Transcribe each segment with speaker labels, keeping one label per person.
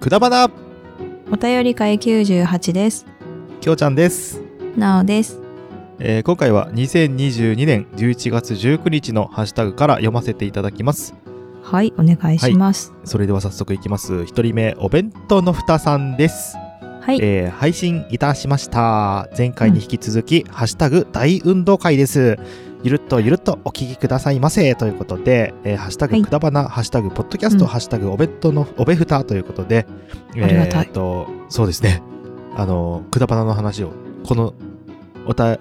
Speaker 1: くだばな
Speaker 2: お便り会98です。
Speaker 1: きょうちゃんです、
Speaker 2: なおです。
Speaker 1: えー今回は2022年11月19日のハッシュタグから読ませていただきます
Speaker 2: はい、お願いします。
Speaker 1: それでは早速いきます1人目お弁当のふたさんです、
Speaker 2: はい、
Speaker 1: えー配信いたしました前回に引き続き、ハッシュタグ大運動会ですゆるっとゆるっとお聞きくださいませということで、えーハッシュタ
Speaker 2: は
Speaker 1: グ
Speaker 2: い
Speaker 1: くだばな、ハッシュタグポッドキャスト、
Speaker 2: うん
Speaker 1: ハッシュタグお弁当のおべふたということで、え
Speaker 2: ありがたい
Speaker 1: ーっとそうですねあのくだばなの話をこのおた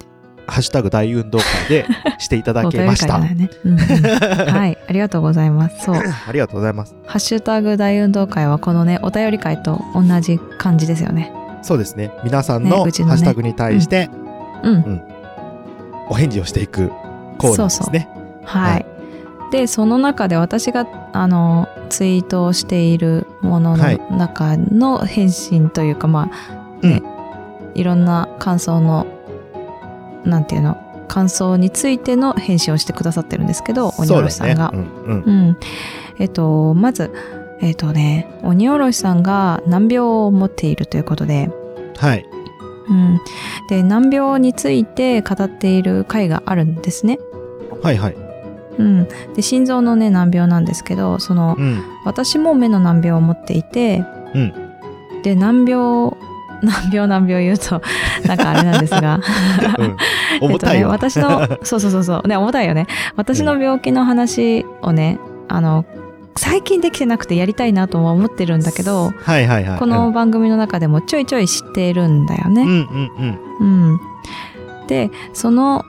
Speaker 1: ハッシュタグ大運動会 でしていただ
Speaker 2: お
Speaker 1: け
Speaker 2: 便
Speaker 1: ま
Speaker 2: り会
Speaker 1: し
Speaker 2: じ
Speaker 1: た
Speaker 2: ゃないね。うんうんはい、ありがとうございます。そう、
Speaker 1: ありがとうございます
Speaker 2: ハッシュタグ大運動会はこのね、お便り会と同じ感じですよね。
Speaker 1: そうですね皆さんの
Speaker 2: ね
Speaker 1: ハッ
Speaker 2: う
Speaker 1: シ
Speaker 2: ちのね
Speaker 1: ュタグに対して
Speaker 2: うん、
Speaker 1: お返事をしていくコーナーですね
Speaker 2: はい。で、その中で私が、あの、ツイートをしているもの
Speaker 1: はい
Speaker 2: の中の返信というか、まあ、ね、いろんな感想の、なんていうの、感想についての返信をしてくださってるんですけど、鬼おろしさんが。
Speaker 1: そうだねうんうん
Speaker 2: うん。えっと、まず、えっとね、鬼おろしさんが難病を持っているということで、
Speaker 1: はい
Speaker 2: うん。で、難病について語っている回があるんですね。
Speaker 1: はいはい
Speaker 2: うん。で、心臓のね、難病なんですけど、その
Speaker 1: う、ん
Speaker 2: 私も目の難病を持っていて、
Speaker 1: うん
Speaker 2: で、難病、難病難病言うと、なんかあれなんですが、
Speaker 1: うん重たいよ
Speaker 2: えっとね、私の、 そうそうそうそう、ね、重たいよね。私の病気の話をね、あの、最近できてなくてやりたいなとは思ってるんだけど、
Speaker 1: はいはいはい
Speaker 2: この番組の中でもちょいちょい知ってるんだよね
Speaker 1: うん。うんうん
Speaker 2: うん。で、その、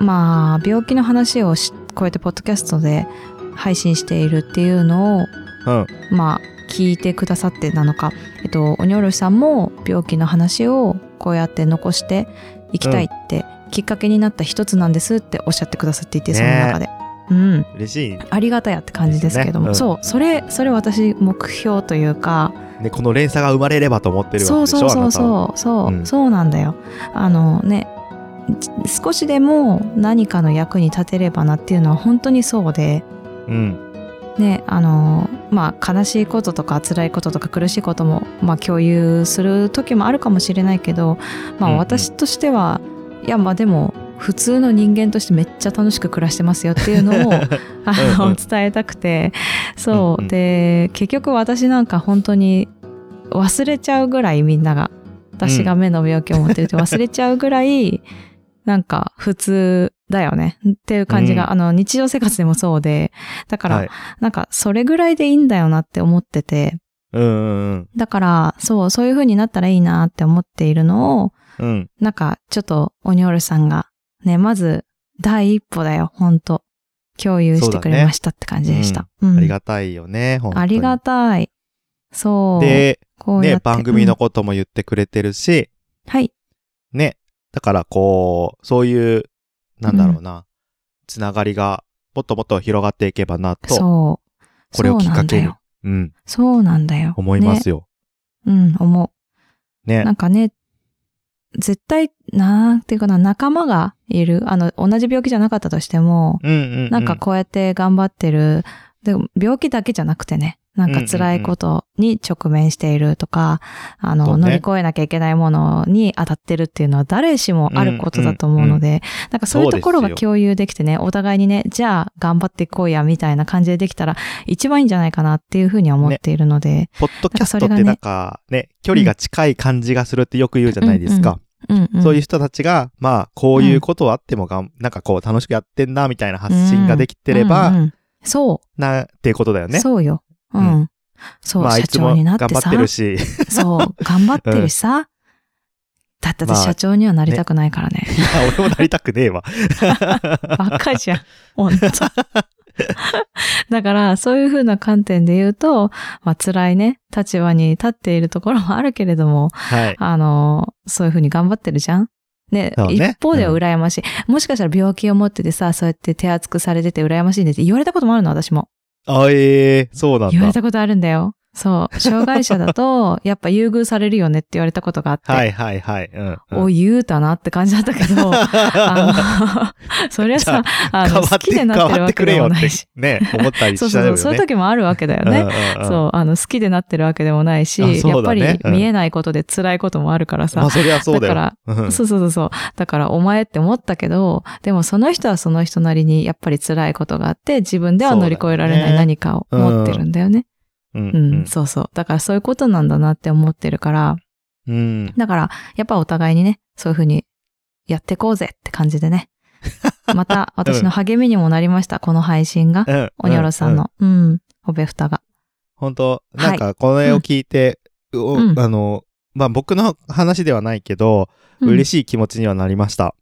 Speaker 2: まあ、病気の話をしこうやってポッドキャストで配信しているっていうのを、
Speaker 1: うん
Speaker 2: まあ、聞いてくださってなのか、えっと、鬼おろしさんも病気の話をこうやって残していきたいって、きっかけになった一つなんですっておっしゃってくださっていて、
Speaker 1: ね
Speaker 2: その中で。うん。
Speaker 1: 嬉しい
Speaker 2: ありがたやって感じですけども、
Speaker 1: ですね
Speaker 2: そう、それ、それ私目標というか、
Speaker 1: ねこの連鎖が生まれればと思ってるわ
Speaker 2: そ
Speaker 1: け
Speaker 2: う
Speaker 1: でし
Speaker 2: そ
Speaker 1: ょ
Speaker 2: うそう
Speaker 1: あな
Speaker 2: そうそう、
Speaker 1: うん
Speaker 2: そうなんだよあのねち少しでも何かの役に立てればなっていうのは本当にそうで
Speaker 1: たはうん
Speaker 2: ねあのまあ悲しいこととか辛いこととか苦しいこともまあ共有する時もあるかもしれないけどま
Speaker 1: うんう
Speaker 2: あ
Speaker 1: ん
Speaker 2: 私としては、いやまあでも普通の人間としてめっちゃ楽しく暮らしてますよっていうのを あの
Speaker 1: うんうん
Speaker 2: 伝えたくてそう、
Speaker 1: うんうん
Speaker 2: で結局私なんか本当に忘れちゃうぐらいみんなが私が目の病気を持っ てるって忘れちゃうぐらいなんか普通だよねっていう感じが、
Speaker 1: うん
Speaker 2: あの日常生活でもそうでだから、
Speaker 1: はい
Speaker 2: なんかそれぐらいでいいんだよなって思ってて
Speaker 1: うんうん
Speaker 2: だからそうそういう風になったらいいなって思っているのを
Speaker 1: うんうん
Speaker 2: なんか、ちょっと、オニオルさんが、ね、まず、第一歩だよ、ほんと。共有してくれましたって感じでした。うん
Speaker 1: ありがたいよね本当に
Speaker 2: ありがたい。そう。
Speaker 1: で
Speaker 2: こう
Speaker 1: ね
Speaker 2: やって
Speaker 1: 番組
Speaker 2: う
Speaker 1: の
Speaker 2: ん
Speaker 1: ことも言ってくれてるし
Speaker 2: はい。
Speaker 1: ねだからこうそういうなんだろうなつながりがもっともっと広がっていけばなと
Speaker 2: そう。
Speaker 1: これをきっかけに
Speaker 2: そうなんだよ
Speaker 1: うん
Speaker 2: そうなんだよ。
Speaker 1: 思いま
Speaker 2: ね
Speaker 1: すよ
Speaker 2: うん、思う。
Speaker 1: ね
Speaker 2: なんかね、絶対、なんていうかな、仲間がいる。あの、同じ病気じゃなかったとしても、
Speaker 1: うんうんうん
Speaker 2: なんかこうやって頑張ってる。でも病気だけじゃなくてね、なんか辛いことに直面しているとか、
Speaker 1: そ
Speaker 2: あの、
Speaker 1: うね
Speaker 2: 乗り越えなきゃいけないものに当たってるっていうのは誰しもあることだと思うので、なんかそういうとこ
Speaker 1: そ
Speaker 2: ろ
Speaker 1: う
Speaker 2: が
Speaker 1: ですよ
Speaker 2: 共有できてね、お互いにね、じゃあ頑張っていこうやみたいな感じでできたら一番いいんじゃないかなっていうふうには思っているので、
Speaker 1: ポッドキャストってなんかね、距離が近い感じがするってよく言うじゃないですか。
Speaker 2: うん、うん。
Speaker 1: そういう人たちが、まあ、こういうことはあってもがん、なんかこう楽しくやってんな、みたいな発信ができてれば、
Speaker 2: うんうんそ
Speaker 1: な、っていうことだよ
Speaker 2: う、
Speaker 1: ね。
Speaker 2: そうよ。う。
Speaker 1: うん
Speaker 2: そう、
Speaker 1: まあ、い
Speaker 2: 社
Speaker 1: つ
Speaker 2: 長
Speaker 1: も
Speaker 2: に
Speaker 1: 頑
Speaker 2: なっ
Speaker 1: 張
Speaker 2: てさ。
Speaker 1: ってるし、
Speaker 2: そう、頑張ってるしさ。だって私
Speaker 1: まあ
Speaker 2: 社長にはなりたくないからね。
Speaker 1: いや、俺もなりたくねえわ。
Speaker 2: バカじゃん。本当 だから、そういう風な観点で言うと、まあ、辛いね、立場に立っているところもあるけれども、
Speaker 1: はい。
Speaker 2: あの、そういう風に頑張ってるじゃんね、
Speaker 1: そうね
Speaker 2: 一方では
Speaker 1: うん
Speaker 2: 羨ましい、もしかしたら病気を持っててさ、そうやって手厚くされてて羨ましいねって言われたこともあるの、私も。
Speaker 1: あえー、そうなん
Speaker 2: 言われ
Speaker 1: だ。
Speaker 2: たことあるんだよ。そう、障害者だと、やっぱ優遇されるよねって言われたことがあって、
Speaker 1: はいはいはい。うん、うん。
Speaker 2: お、言うたなって感じだったけ ど、あの、 そりゃさ、あ
Speaker 1: 変わ
Speaker 2: の、好
Speaker 1: って、
Speaker 2: きで
Speaker 1: 変
Speaker 2: なってる
Speaker 1: わっ
Speaker 2: わ
Speaker 1: て
Speaker 2: け
Speaker 1: くれ
Speaker 2: で
Speaker 1: よ
Speaker 2: も
Speaker 1: っ
Speaker 2: な
Speaker 1: て
Speaker 2: いし。
Speaker 1: ね、思ったり
Speaker 2: そう
Speaker 1: し
Speaker 2: そ
Speaker 1: た
Speaker 2: う
Speaker 1: よ
Speaker 2: そ
Speaker 1: ね。
Speaker 2: う、そういう時もあるわけだよね。
Speaker 1: ね
Speaker 2: そう、あの、好きでなってるわけでもないし、
Speaker 1: あ
Speaker 2: や
Speaker 1: そ
Speaker 2: っ
Speaker 1: うだ
Speaker 2: ぱ
Speaker 1: ねう
Speaker 2: り
Speaker 1: ん
Speaker 2: 見えないことで辛いこともあるからさ、
Speaker 1: まあそりゃそうだよ。
Speaker 2: だ
Speaker 1: うん
Speaker 2: そうそうそうそう。だから、お前って思ったけど、でもその人はその人なりにやっぱり辛いことがあって、自分では乗り越えられ
Speaker 1: そうだ
Speaker 2: な
Speaker 1: よ
Speaker 2: い
Speaker 1: ね
Speaker 2: 何かを持ってるんだよね。
Speaker 1: う
Speaker 2: うんん、そうそう。だからそういうことなんだなって思ってるから、
Speaker 1: うん。うん。
Speaker 2: だから、やっぱお互いにね、そういうふうにやってこうぜって感じ でね。また、私の励みにもなりました、この配信が。
Speaker 1: うん。
Speaker 2: おにょろさんの、うん、おべふたが。
Speaker 1: 本当
Speaker 2: はい
Speaker 1: なんかこれを聞いて、お
Speaker 2: うん
Speaker 1: あの、まあ僕の話ではないけど、嬉
Speaker 2: しい。
Speaker 1: しい気持ちにはなりました。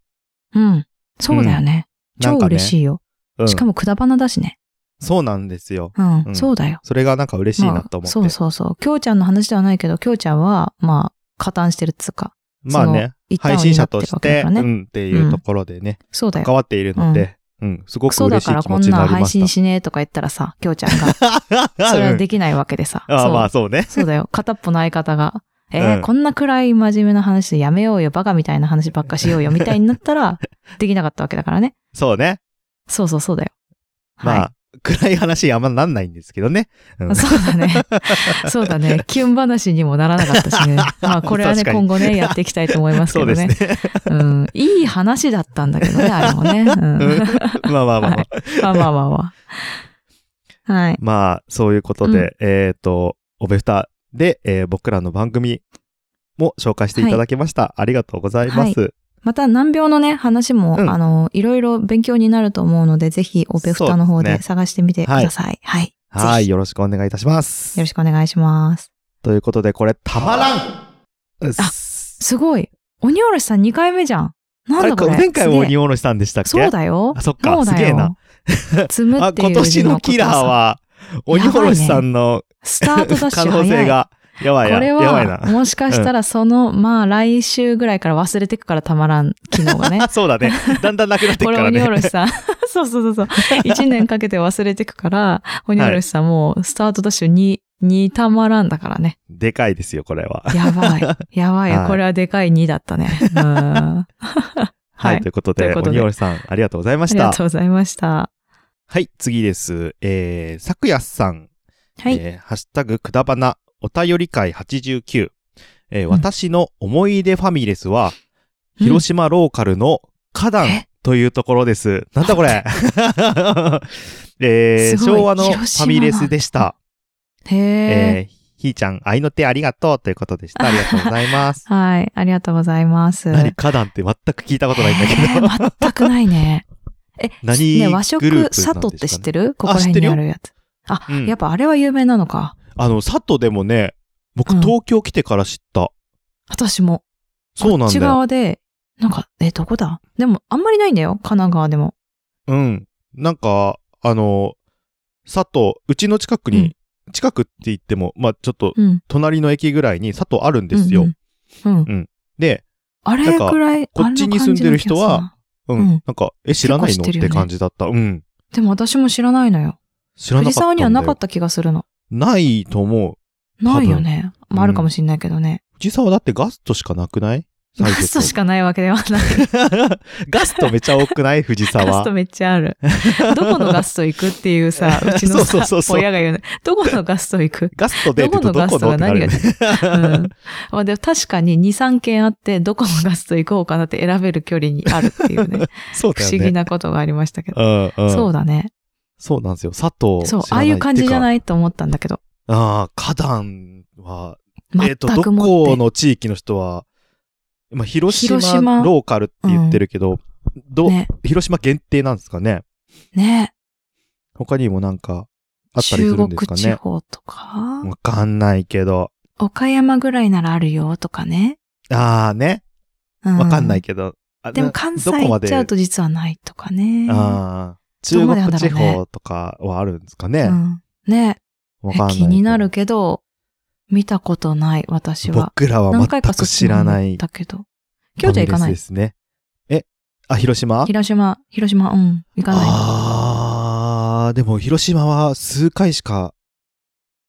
Speaker 2: うん。そうだよね。
Speaker 1: な
Speaker 2: 超
Speaker 1: んかね
Speaker 2: 嬉しいよ。
Speaker 1: うん、
Speaker 2: しかも、くだばなだしね。
Speaker 1: そうなんですよ。
Speaker 2: うん、
Speaker 1: うん
Speaker 2: そうだよ。
Speaker 1: それがなんか嬉しいなと思って。
Speaker 2: まあそうそうそう。きょうちゃんの話ではないけど、きょうちゃんは、まあ、加担してるっつうか。
Speaker 1: まあね、
Speaker 2: 一旦
Speaker 1: 配
Speaker 2: は
Speaker 1: 信者
Speaker 2: 担
Speaker 1: と
Speaker 2: ってる
Speaker 1: し
Speaker 2: わけ
Speaker 1: て、
Speaker 2: だから
Speaker 1: う
Speaker 2: ね。
Speaker 1: んっていうところでね、
Speaker 2: そうだよ。
Speaker 1: 関わっているので、うん、すご
Speaker 2: ク
Speaker 1: く
Speaker 2: ソだ
Speaker 1: 嬉し
Speaker 2: か
Speaker 1: い
Speaker 2: ら
Speaker 1: 気
Speaker 2: こ
Speaker 1: 持
Speaker 2: ん
Speaker 1: ちにな
Speaker 2: なん
Speaker 1: りま
Speaker 2: 配 信
Speaker 1: し
Speaker 2: しねえとか言ったらさ、きょうちゃん が、
Speaker 1: た。
Speaker 2: それは
Speaker 1: うん
Speaker 2: できないわけでさ。
Speaker 1: あ
Speaker 2: そ
Speaker 1: あ
Speaker 2: う
Speaker 1: まあそうね。
Speaker 2: そう だよ。片っぽの相方が、えー
Speaker 1: うん
Speaker 2: こんな暗い真面目な話やめようよ、バカみたいな話ばっかしようよ、みたいになった ら、できなかったわけだからね。
Speaker 1: そうね。
Speaker 2: そうそうそうだよ。
Speaker 1: まあ、
Speaker 2: は
Speaker 1: 暗い話にあんまなんないんですけどね。う
Speaker 2: い。
Speaker 1: ん
Speaker 2: そうだね。そうだね。キュン話にもならなかっ たしね。まあ、これはね、
Speaker 1: 確かに
Speaker 2: 今後ね、やっていきたいと思いますけ
Speaker 1: そ
Speaker 2: ど
Speaker 1: うです
Speaker 2: ね。
Speaker 1: ね。
Speaker 2: うん。いい話だったんだ けどね、あれもね。うん。
Speaker 1: うんまあまあまあまあ、
Speaker 2: はいまあまあまあまあ。はい。
Speaker 1: まあ、そういうことで、えっ、と、オベフタで、えー僕らの番組も紹介していただきました。ありがとうございます。
Speaker 2: また難病のね、話も、
Speaker 1: うん
Speaker 2: あの、いろいろ勉強になると思うので、ぜひ、オペフタの方
Speaker 1: そうです
Speaker 2: で
Speaker 1: ね
Speaker 2: 探してみてください。はい。
Speaker 1: は
Speaker 2: ぜ
Speaker 1: い、
Speaker 2: ひ
Speaker 1: よろしくお願いいたします。
Speaker 2: よろしくお願いします。
Speaker 1: ということで、これ、たまらんうっす
Speaker 2: すごい。鬼おろしさん2回目じゃん。な
Speaker 1: あ
Speaker 2: ん
Speaker 1: れ、
Speaker 2: だこれ。
Speaker 1: 前回も
Speaker 2: すげ
Speaker 1: 鬼
Speaker 2: え
Speaker 1: おろしさんでしたっけ
Speaker 2: そうだよ。
Speaker 1: あそっか
Speaker 2: もうだよ
Speaker 1: すげえな。
Speaker 2: 積 む
Speaker 1: あ
Speaker 2: っていう
Speaker 1: 今年
Speaker 2: 字
Speaker 1: の
Speaker 2: ことさ
Speaker 1: キラー。は、鬼おろしさんの
Speaker 2: スタートダッ シ
Speaker 1: 可
Speaker 2: ュ
Speaker 1: 能
Speaker 2: 早
Speaker 1: 性
Speaker 2: い。こ
Speaker 1: が、やばいや、
Speaker 2: れ
Speaker 1: やばい
Speaker 2: は、
Speaker 1: な。
Speaker 2: もしかしたらその、まあ来週ぐらいから忘れてくからたまらん機能がね
Speaker 1: あ。そうだね。だんだんなくなってく
Speaker 2: こ
Speaker 1: か
Speaker 2: れ
Speaker 1: ら
Speaker 2: 鬼お
Speaker 1: ね。
Speaker 2: ろしさん。 そうそうそうそう。1年かけて忘れてくから、鬼おろしさんもうスタートダッシュに、にたまらんだからね。
Speaker 1: でかいですよ、これは。
Speaker 2: や ばい。やばいよ。
Speaker 1: はい
Speaker 2: これはでかい2だったね。うん。
Speaker 1: は、
Speaker 2: はいい
Speaker 1: ということ
Speaker 2: とい
Speaker 1: で、
Speaker 2: うことで
Speaker 1: 鬼おろしさん、ありがとうございま
Speaker 2: あ
Speaker 1: し
Speaker 2: りが
Speaker 1: た。
Speaker 2: とうございました。
Speaker 1: はい、次です。えー、さくやさん。
Speaker 2: はい。
Speaker 1: えーハッシュタグくだばな、お便り会89。えー
Speaker 2: うん
Speaker 1: 私の思い出ファミレスは、
Speaker 2: うん
Speaker 1: 広島ローカルの花壇
Speaker 2: え
Speaker 1: というところです。なんだこれ えー
Speaker 2: すごい
Speaker 1: 昭和のフ
Speaker 2: 広島
Speaker 1: ァ
Speaker 2: なんだ
Speaker 1: ミレスでした。
Speaker 2: へえ。
Speaker 1: えーひーちゃん、愛の手ありがとうということで した。ありがとうございます。
Speaker 2: はい。ありがとうございます。
Speaker 1: 何花壇って全く聞いたことないんだけ
Speaker 2: へ
Speaker 1: ど。
Speaker 2: ー全くないね。え、
Speaker 1: 何
Speaker 2: ね、和食
Speaker 1: グループなんですか
Speaker 2: 佐
Speaker 1: ね
Speaker 2: 藤って知ってるここら辺にあるやつ。あ、
Speaker 1: うん
Speaker 2: やっぱあれは有名なのか。
Speaker 1: あの、佐藤でもね、僕
Speaker 2: うん
Speaker 1: 東京来てから知った。
Speaker 2: 私も。
Speaker 1: そうなん
Speaker 2: 内
Speaker 1: だよ。
Speaker 2: 側で、なんか、え、どこだでも、あんまりないんだよ。神奈川でも。
Speaker 1: うん。なんか、あの、佐藤、うちの近くに、近くって言っても、まあちょっと、
Speaker 2: うん。
Speaker 1: 隣の駅ぐらいに佐藤あるんですよ。
Speaker 2: うんうん。うん
Speaker 1: で、
Speaker 2: あれくらい、
Speaker 1: こっちに住んでる人は
Speaker 2: あ
Speaker 1: う
Speaker 2: の感じの気がす
Speaker 1: ん、
Speaker 2: うん
Speaker 1: なんか、え、知らない
Speaker 2: 結
Speaker 1: のっ
Speaker 2: 構知ってるよね
Speaker 1: て感じだった。うん。
Speaker 2: る。でも私も知らないのよ。
Speaker 1: 知らなか
Speaker 2: 藤
Speaker 1: ったんだよ。
Speaker 2: 沢にはなかった気がするの。
Speaker 1: ないと思う。分
Speaker 2: ないよね。まあ、あるかもしれないけどね。
Speaker 1: 藤沢だってガストしかなくない
Speaker 2: ガ ストし
Speaker 1: か。
Speaker 2: かないわけではない。
Speaker 1: ガストめちゃ多くない藤沢。
Speaker 2: ガストめっちゃある。 どこのガスト行くってい うさ、うちのさ
Speaker 1: そうそうそうそう
Speaker 2: 親が言うね。どこのガスト行く
Speaker 1: ガストでって言うと
Speaker 2: ど
Speaker 1: ど
Speaker 2: この
Speaker 1: こ
Speaker 2: ガ
Speaker 1: のっ
Speaker 2: ストが
Speaker 1: てな
Speaker 2: 何
Speaker 1: るよね。
Speaker 2: がうん。まあでも確かに2、3軒あって、どこのガスト行こうかなって選べる距離にあるっていうね、
Speaker 1: そう
Speaker 2: 不
Speaker 1: だよね。
Speaker 2: 思議なことがありましたけど。
Speaker 1: うん、うん。
Speaker 2: そ
Speaker 1: そう
Speaker 2: うだね。
Speaker 1: なんですよ。佐藤。
Speaker 2: そう、ああいう感じじゃ
Speaker 1: い
Speaker 2: ないと思ったんだけど。
Speaker 1: ああ、花壇は、えっ、
Speaker 2: 全
Speaker 1: と、ど
Speaker 2: くも
Speaker 1: こ
Speaker 2: って。
Speaker 1: の地域の人は、まあ、広島
Speaker 2: 広島
Speaker 1: ローカルって言ってるけど、ど、
Speaker 2: ね。
Speaker 1: 広島限定なんですかね
Speaker 2: ね。
Speaker 1: 他にもなんか、あったりす
Speaker 2: 中
Speaker 1: るん
Speaker 2: 国
Speaker 1: ですか
Speaker 2: 地
Speaker 1: ね
Speaker 2: 方とか、
Speaker 1: わかんないけど。
Speaker 2: 岡山ぐらいならあるよとかね。
Speaker 1: ああね、
Speaker 2: うん
Speaker 1: わかんない。けど。あ
Speaker 2: でも
Speaker 1: な
Speaker 2: 関西
Speaker 1: どこ
Speaker 2: 行
Speaker 1: ま
Speaker 2: っ
Speaker 1: で
Speaker 2: ちゃうと実はないとかね。
Speaker 1: ああ、
Speaker 2: ど
Speaker 1: 中
Speaker 2: こまでな
Speaker 1: 国
Speaker 2: んだろ
Speaker 1: 地
Speaker 2: うね
Speaker 1: 方とかはあるんですかね
Speaker 2: うん。ね。
Speaker 1: わかんないけど。
Speaker 2: 気になるけど、見たことない、私は。
Speaker 1: 僕らは
Speaker 2: 何回
Speaker 1: 全
Speaker 2: かそ
Speaker 1: く
Speaker 2: っち
Speaker 1: 知
Speaker 2: の
Speaker 1: ら
Speaker 2: 方
Speaker 1: な
Speaker 2: に行
Speaker 1: い
Speaker 2: っ。たけど。京都は行かない
Speaker 1: で。すね。え、あ、広島
Speaker 2: 広島、広島、うん、行かない。
Speaker 1: ああ、でも広島は数回しか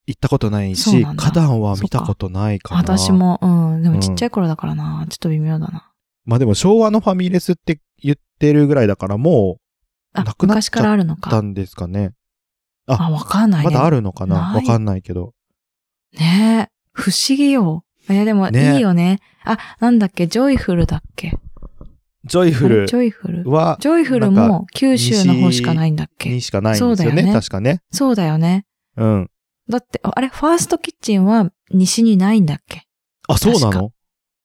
Speaker 1: 行ったことない
Speaker 2: そう
Speaker 1: し、
Speaker 2: なんだ
Speaker 1: 花壇は見たことないから。
Speaker 2: 私。も、うん。で
Speaker 1: う
Speaker 2: も
Speaker 1: ん
Speaker 2: ちっちゃい頃だからな、ちょっと微妙だな。
Speaker 1: まあでも昭和のファミレスって言ってるぐらいだからも
Speaker 2: あ
Speaker 1: な、くなっちゃっ
Speaker 2: 昔からあるの
Speaker 1: う、た
Speaker 2: か。
Speaker 1: んですかね。
Speaker 2: あ、わかんないね。
Speaker 1: まだあるのかな
Speaker 2: ない
Speaker 1: わかんないけど。
Speaker 2: ねえ。不思議よ。いや、でも、い
Speaker 1: ね
Speaker 2: いよね。あ、なんだっけ、ジョイフルだっけ。
Speaker 1: ジョイフ
Speaker 2: あれ
Speaker 1: ル
Speaker 2: ジョイフル。
Speaker 1: は、
Speaker 2: ジョイフル
Speaker 1: なん
Speaker 2: も九州の方しかないんだっけ
Speaker 1: に。しかないんですよ
Speaker 2: そうだ
Speaker 1: ね。
Speaker 2: よね
Speaker 1: 確かね。
Speaker 2: そうだよね。
Speaker 1: うん。
Speaker 2: だって、ああれ、ファーストキッチンは西にないんだっけ。
Speaker 1: あ、そうな
Speaker 2: 確
Speaker 1: の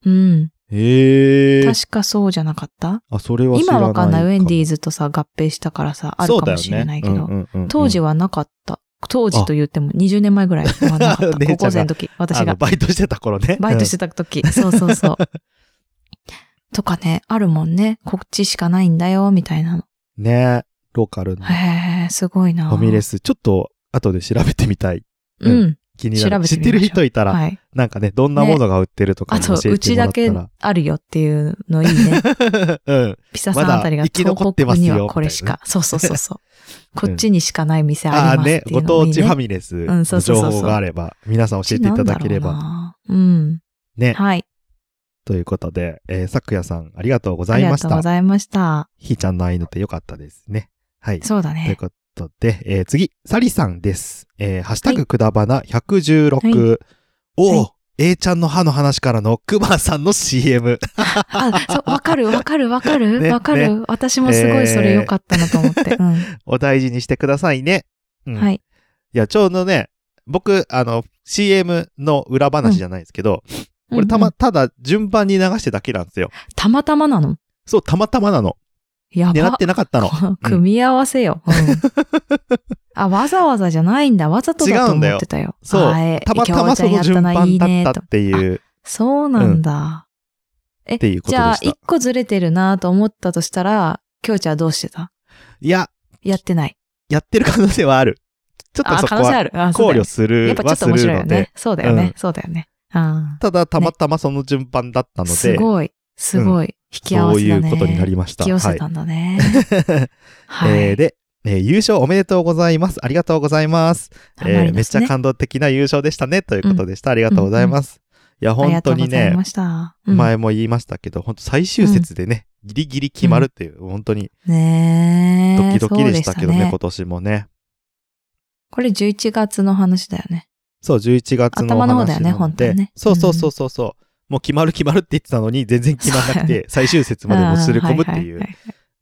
Speaker 2: うん。
Speaker 1: へえ。
Speaker 2: 確かそうじゃなかった
Speaker 1: あ、それは知ら
Speaker 2: 今
Speaker 1: ない。
Speaker 2: わかんない。ウェンディー
Speaker 1: ズ
Speaker 2: ズとさ、合併したからさ、あるかもしれないけど。当
Speaker 1: 当
Speaker 2: 時
Speaker 1: は、
Speaker 2: はなかった。当時と言っても20年前ぐらいはなかっ た。
Speaker 1: 姉ちゃんが
Speaker 2: 高校生の時、
Speaker 1: あ
Speaker 2: 私
Speaker 1: の
Speaker 2: が。
Speaker 1: バイトしてた頃ね。
Speaker 2: バイトしてた時。そうそ うそう。とかね、あるもんね。こっちしかないんだよ、みたいなの。
Speaker 1: うんねローカルのフ
Speaker 2: へえ、すごいな。
Speaker 1: ァミレ
Speaker 2: ス。
Speaker 1: ス。ちょっと、後で調べてみたい。
Speaker 2: うん。
Speaker 1: 気にな
Speaker 2: 調
Speaker 1: る。
Speaker 2: べ
Speaker 1: 知
Speaker 2: て
Speaker 1: って
Speaker 2: みましょ
Speaker 1: る
Speaker 2: う
Speaker 1: 人いたら、
Speaker 2: はい。
Speaker 1: なんかね、どんなものが売ってるとか
Speaker 2: あ
Speaker 1: も
Speaker 2: と、
Speaker 1: 教え
Speaker 2: う
Speaker 1: て
Speaker 2: ち
Speaker 1: もら
Speaker 2: だ
Speaker 1: っ
Speaker 2: け
Speaker 1: たら。
Speaker 2: あるよっていう のいいね。
Speaker 1: うん。
Speaker 2: ピサさんあたりが
Speaker 1: まだ生き
Speaker 2: 東
Speaker 1: 残ってま
Speaker 2: 北
Speaker 1: すよ
Speaker 2: にはこれしか。そうそうそうそう。こっちにしかない店あ
Speaker 1: あ
Speaker 2: り
Speaker 1: あ
Speaker 2: ますっ
Speaker 1: ね、
Speaker 2: てい
Speaker 1: ご
Speaker 2: うのも
Speaker 1: 当
Speaker 2: いいね。
Speaker 1: 地ファミレス
Speaker 2: うんそ
Speaker 1: の
Speaker 2: うそう
Speaker 1: 情
Speaker 2: そうそう
Speaker 1: 報があれば、皆さん教えていただければ。
Speaker 2: ば。うん。
Speaker 1: ね。
Speaker 2: はい。
Speaker 1: ということで、えー、さくやさん、ありがとうござ
Speaker 2: あり
Speaker 1: い
Speaker 2: が
Speaker 1: まし
Speaker 2: とうご
Speaker 1: た。
Speaker 2: ざいました。
Speaker 1: ひーちゃんの愛の手よかったですね。はい。
Speaker 2: そうだ
Speaker 1: という
Speaker 2: ね。
Speaker 1: ことで、えー次、サリさんです。えーハッシュタ
Speaker 2: は
Speaker 1: グくだばな116。おお、A ちゃんの歯の話からのクマさんの CM。
Speaker 2: あ、そう、わかる、わかる、わかる、
Speaker 1: ね
Speaker 2: わかる。私もすごいそれ良かったなと思って。う
Speaker 1: お大事にしてくださいね。うん
Speaker 2: ん。はい。
Speaker 1: いや、ちょうどね、僕、あの、CM の裏話じゃないですけど、これた
Speaker 2: う
Speaker 1: ま、
Speaker 2: ん
Speaker 1: ただ順番に流してだけなんですよ。
Speaker 2: たまたまなの
Speaker 1: そう、たまたまなの。
Speaker 2: や
Speaker 1: 狙
Speaker 2: ば
Speaker 1: って。なかったの。
Speaker 2: この組み合わせ よ。うんあ、わざわざじゃないんだ。わざとだと思ってたよ。
Speaker 1: そう
Speaker 2: あえ。
Speaker 1: たまたまそ
Speaker 2: 今
Speaker 1: の
Speaker 2: 日ちゃ
Speaker 1: 順
Speaker 2: んやったない
Speaker 1: 番
Speaker 2: い
Speaker 1: だ
Speaker 2: ね
Speaker 1: っ
Speaker 2: と
Speaker 1: たっていう、
Speaker 2: そうなんだ。
Speaker 1: っていうこと
Speaker 2: じ
Speaker 1: で
Speaker 2: ゃあ、
Speaker 1: した
Speaker 2: 一。個ずれてるなと思ったとしたら、きょうちゃんはどうしてた
Speaker 1: いや、
Speaker 2: やってない。
Speaker 1: やってる可能性はある。ちょっと
Speaker 2: あ、
Speaker 1: そこ
Speaker 2: 可能性あ
Speaker 1: は
Speaker 2: る。あ
Speaker 1: 考慮
Speaker 2: す
Speaker 1: す
Speaker 2: や
Speaker 1: る
Speaker 2: っぱちょ
Speaker 1: は
Speaker 2: っと
Speaker 1: す
Speaker 2: 面
Speaker 1: る
Speaker 2: 白いよ
Speaker 1: ので
Speaker 2: ね。、そうだよ
Speaker 1: うん
Speaker 2: ね。そうだよね。あ
Speaker 1: ただたまたまその順番だった
Speaker 2: あ。
Speaker 1: の
Speaker 2: す
Speaker 1: で、
Speaker 2: ごい。すごい。引き合
Speaker 1: そ
Speaker 2: わ
Speaker 1: う
Speaker 2: せ
Speaker 1: い
Speaker 2: だ
Speaker 1: う
Speaker 2: ね。
Speaker 1: ことになりました。
Speaker 2: 引き寄
Speaker 1: は
Speaker 2: せ
Speaker 1: い
Speaker 2: た。んだね。は
Speaker 1: えー
Speaker 2: い。
Speaker 1: で、えー優勝おめでとうございます。ありがとうございます。え
Speaker 2: 頑張り
Speaker 1: ーめ
Speaker 2: ま
Speaker 1: っち
Speaker 2: す
Speaker 1: ゃ
Speaker 2: ね
Speaker 1: 感動的な優勝でしたね、ということでした。ありがとうございます。いや、
Speaker 2: あり
Speaker 1: 本
Speaker 2: がと
Speaker 1: 当
Speaker 2: うご
Speaker 1: に
Speaker 2: ざい
Speaker 1: ね
Speaker 2: ま、した。うん
Speaker 1: 前も言いましたけど、本当最終節でね、ギリギリ決まるっていう、本当に
Speaker 2: ね
Speaker 1: ド
Speaker 2: え
Speaker 1: キドキでしたけど
Speaker 2: そう
Speaker 1: ね、
Speaker 2: ね
Speaker 1: 今年もね。
Speaker 2: これ11月の話だよね。
Speaker 1: そう、11月のお話
Speaker 2: 頭の方だよね
Speaker 1: なので
Speaker 2: 本当はね
Speaker 1: そうそうそうそうそう。もう決まる決まるって言ってたのに、全然決まらな
Speaker 2: そ
Speaker 1: く
Speaker 2: うだ
Speaker 1: て、最終節までもつれ込むってい
Speaker 2: あーはは
Speaker 1: う
Speaker 2: は、い
Speaker 1: ね、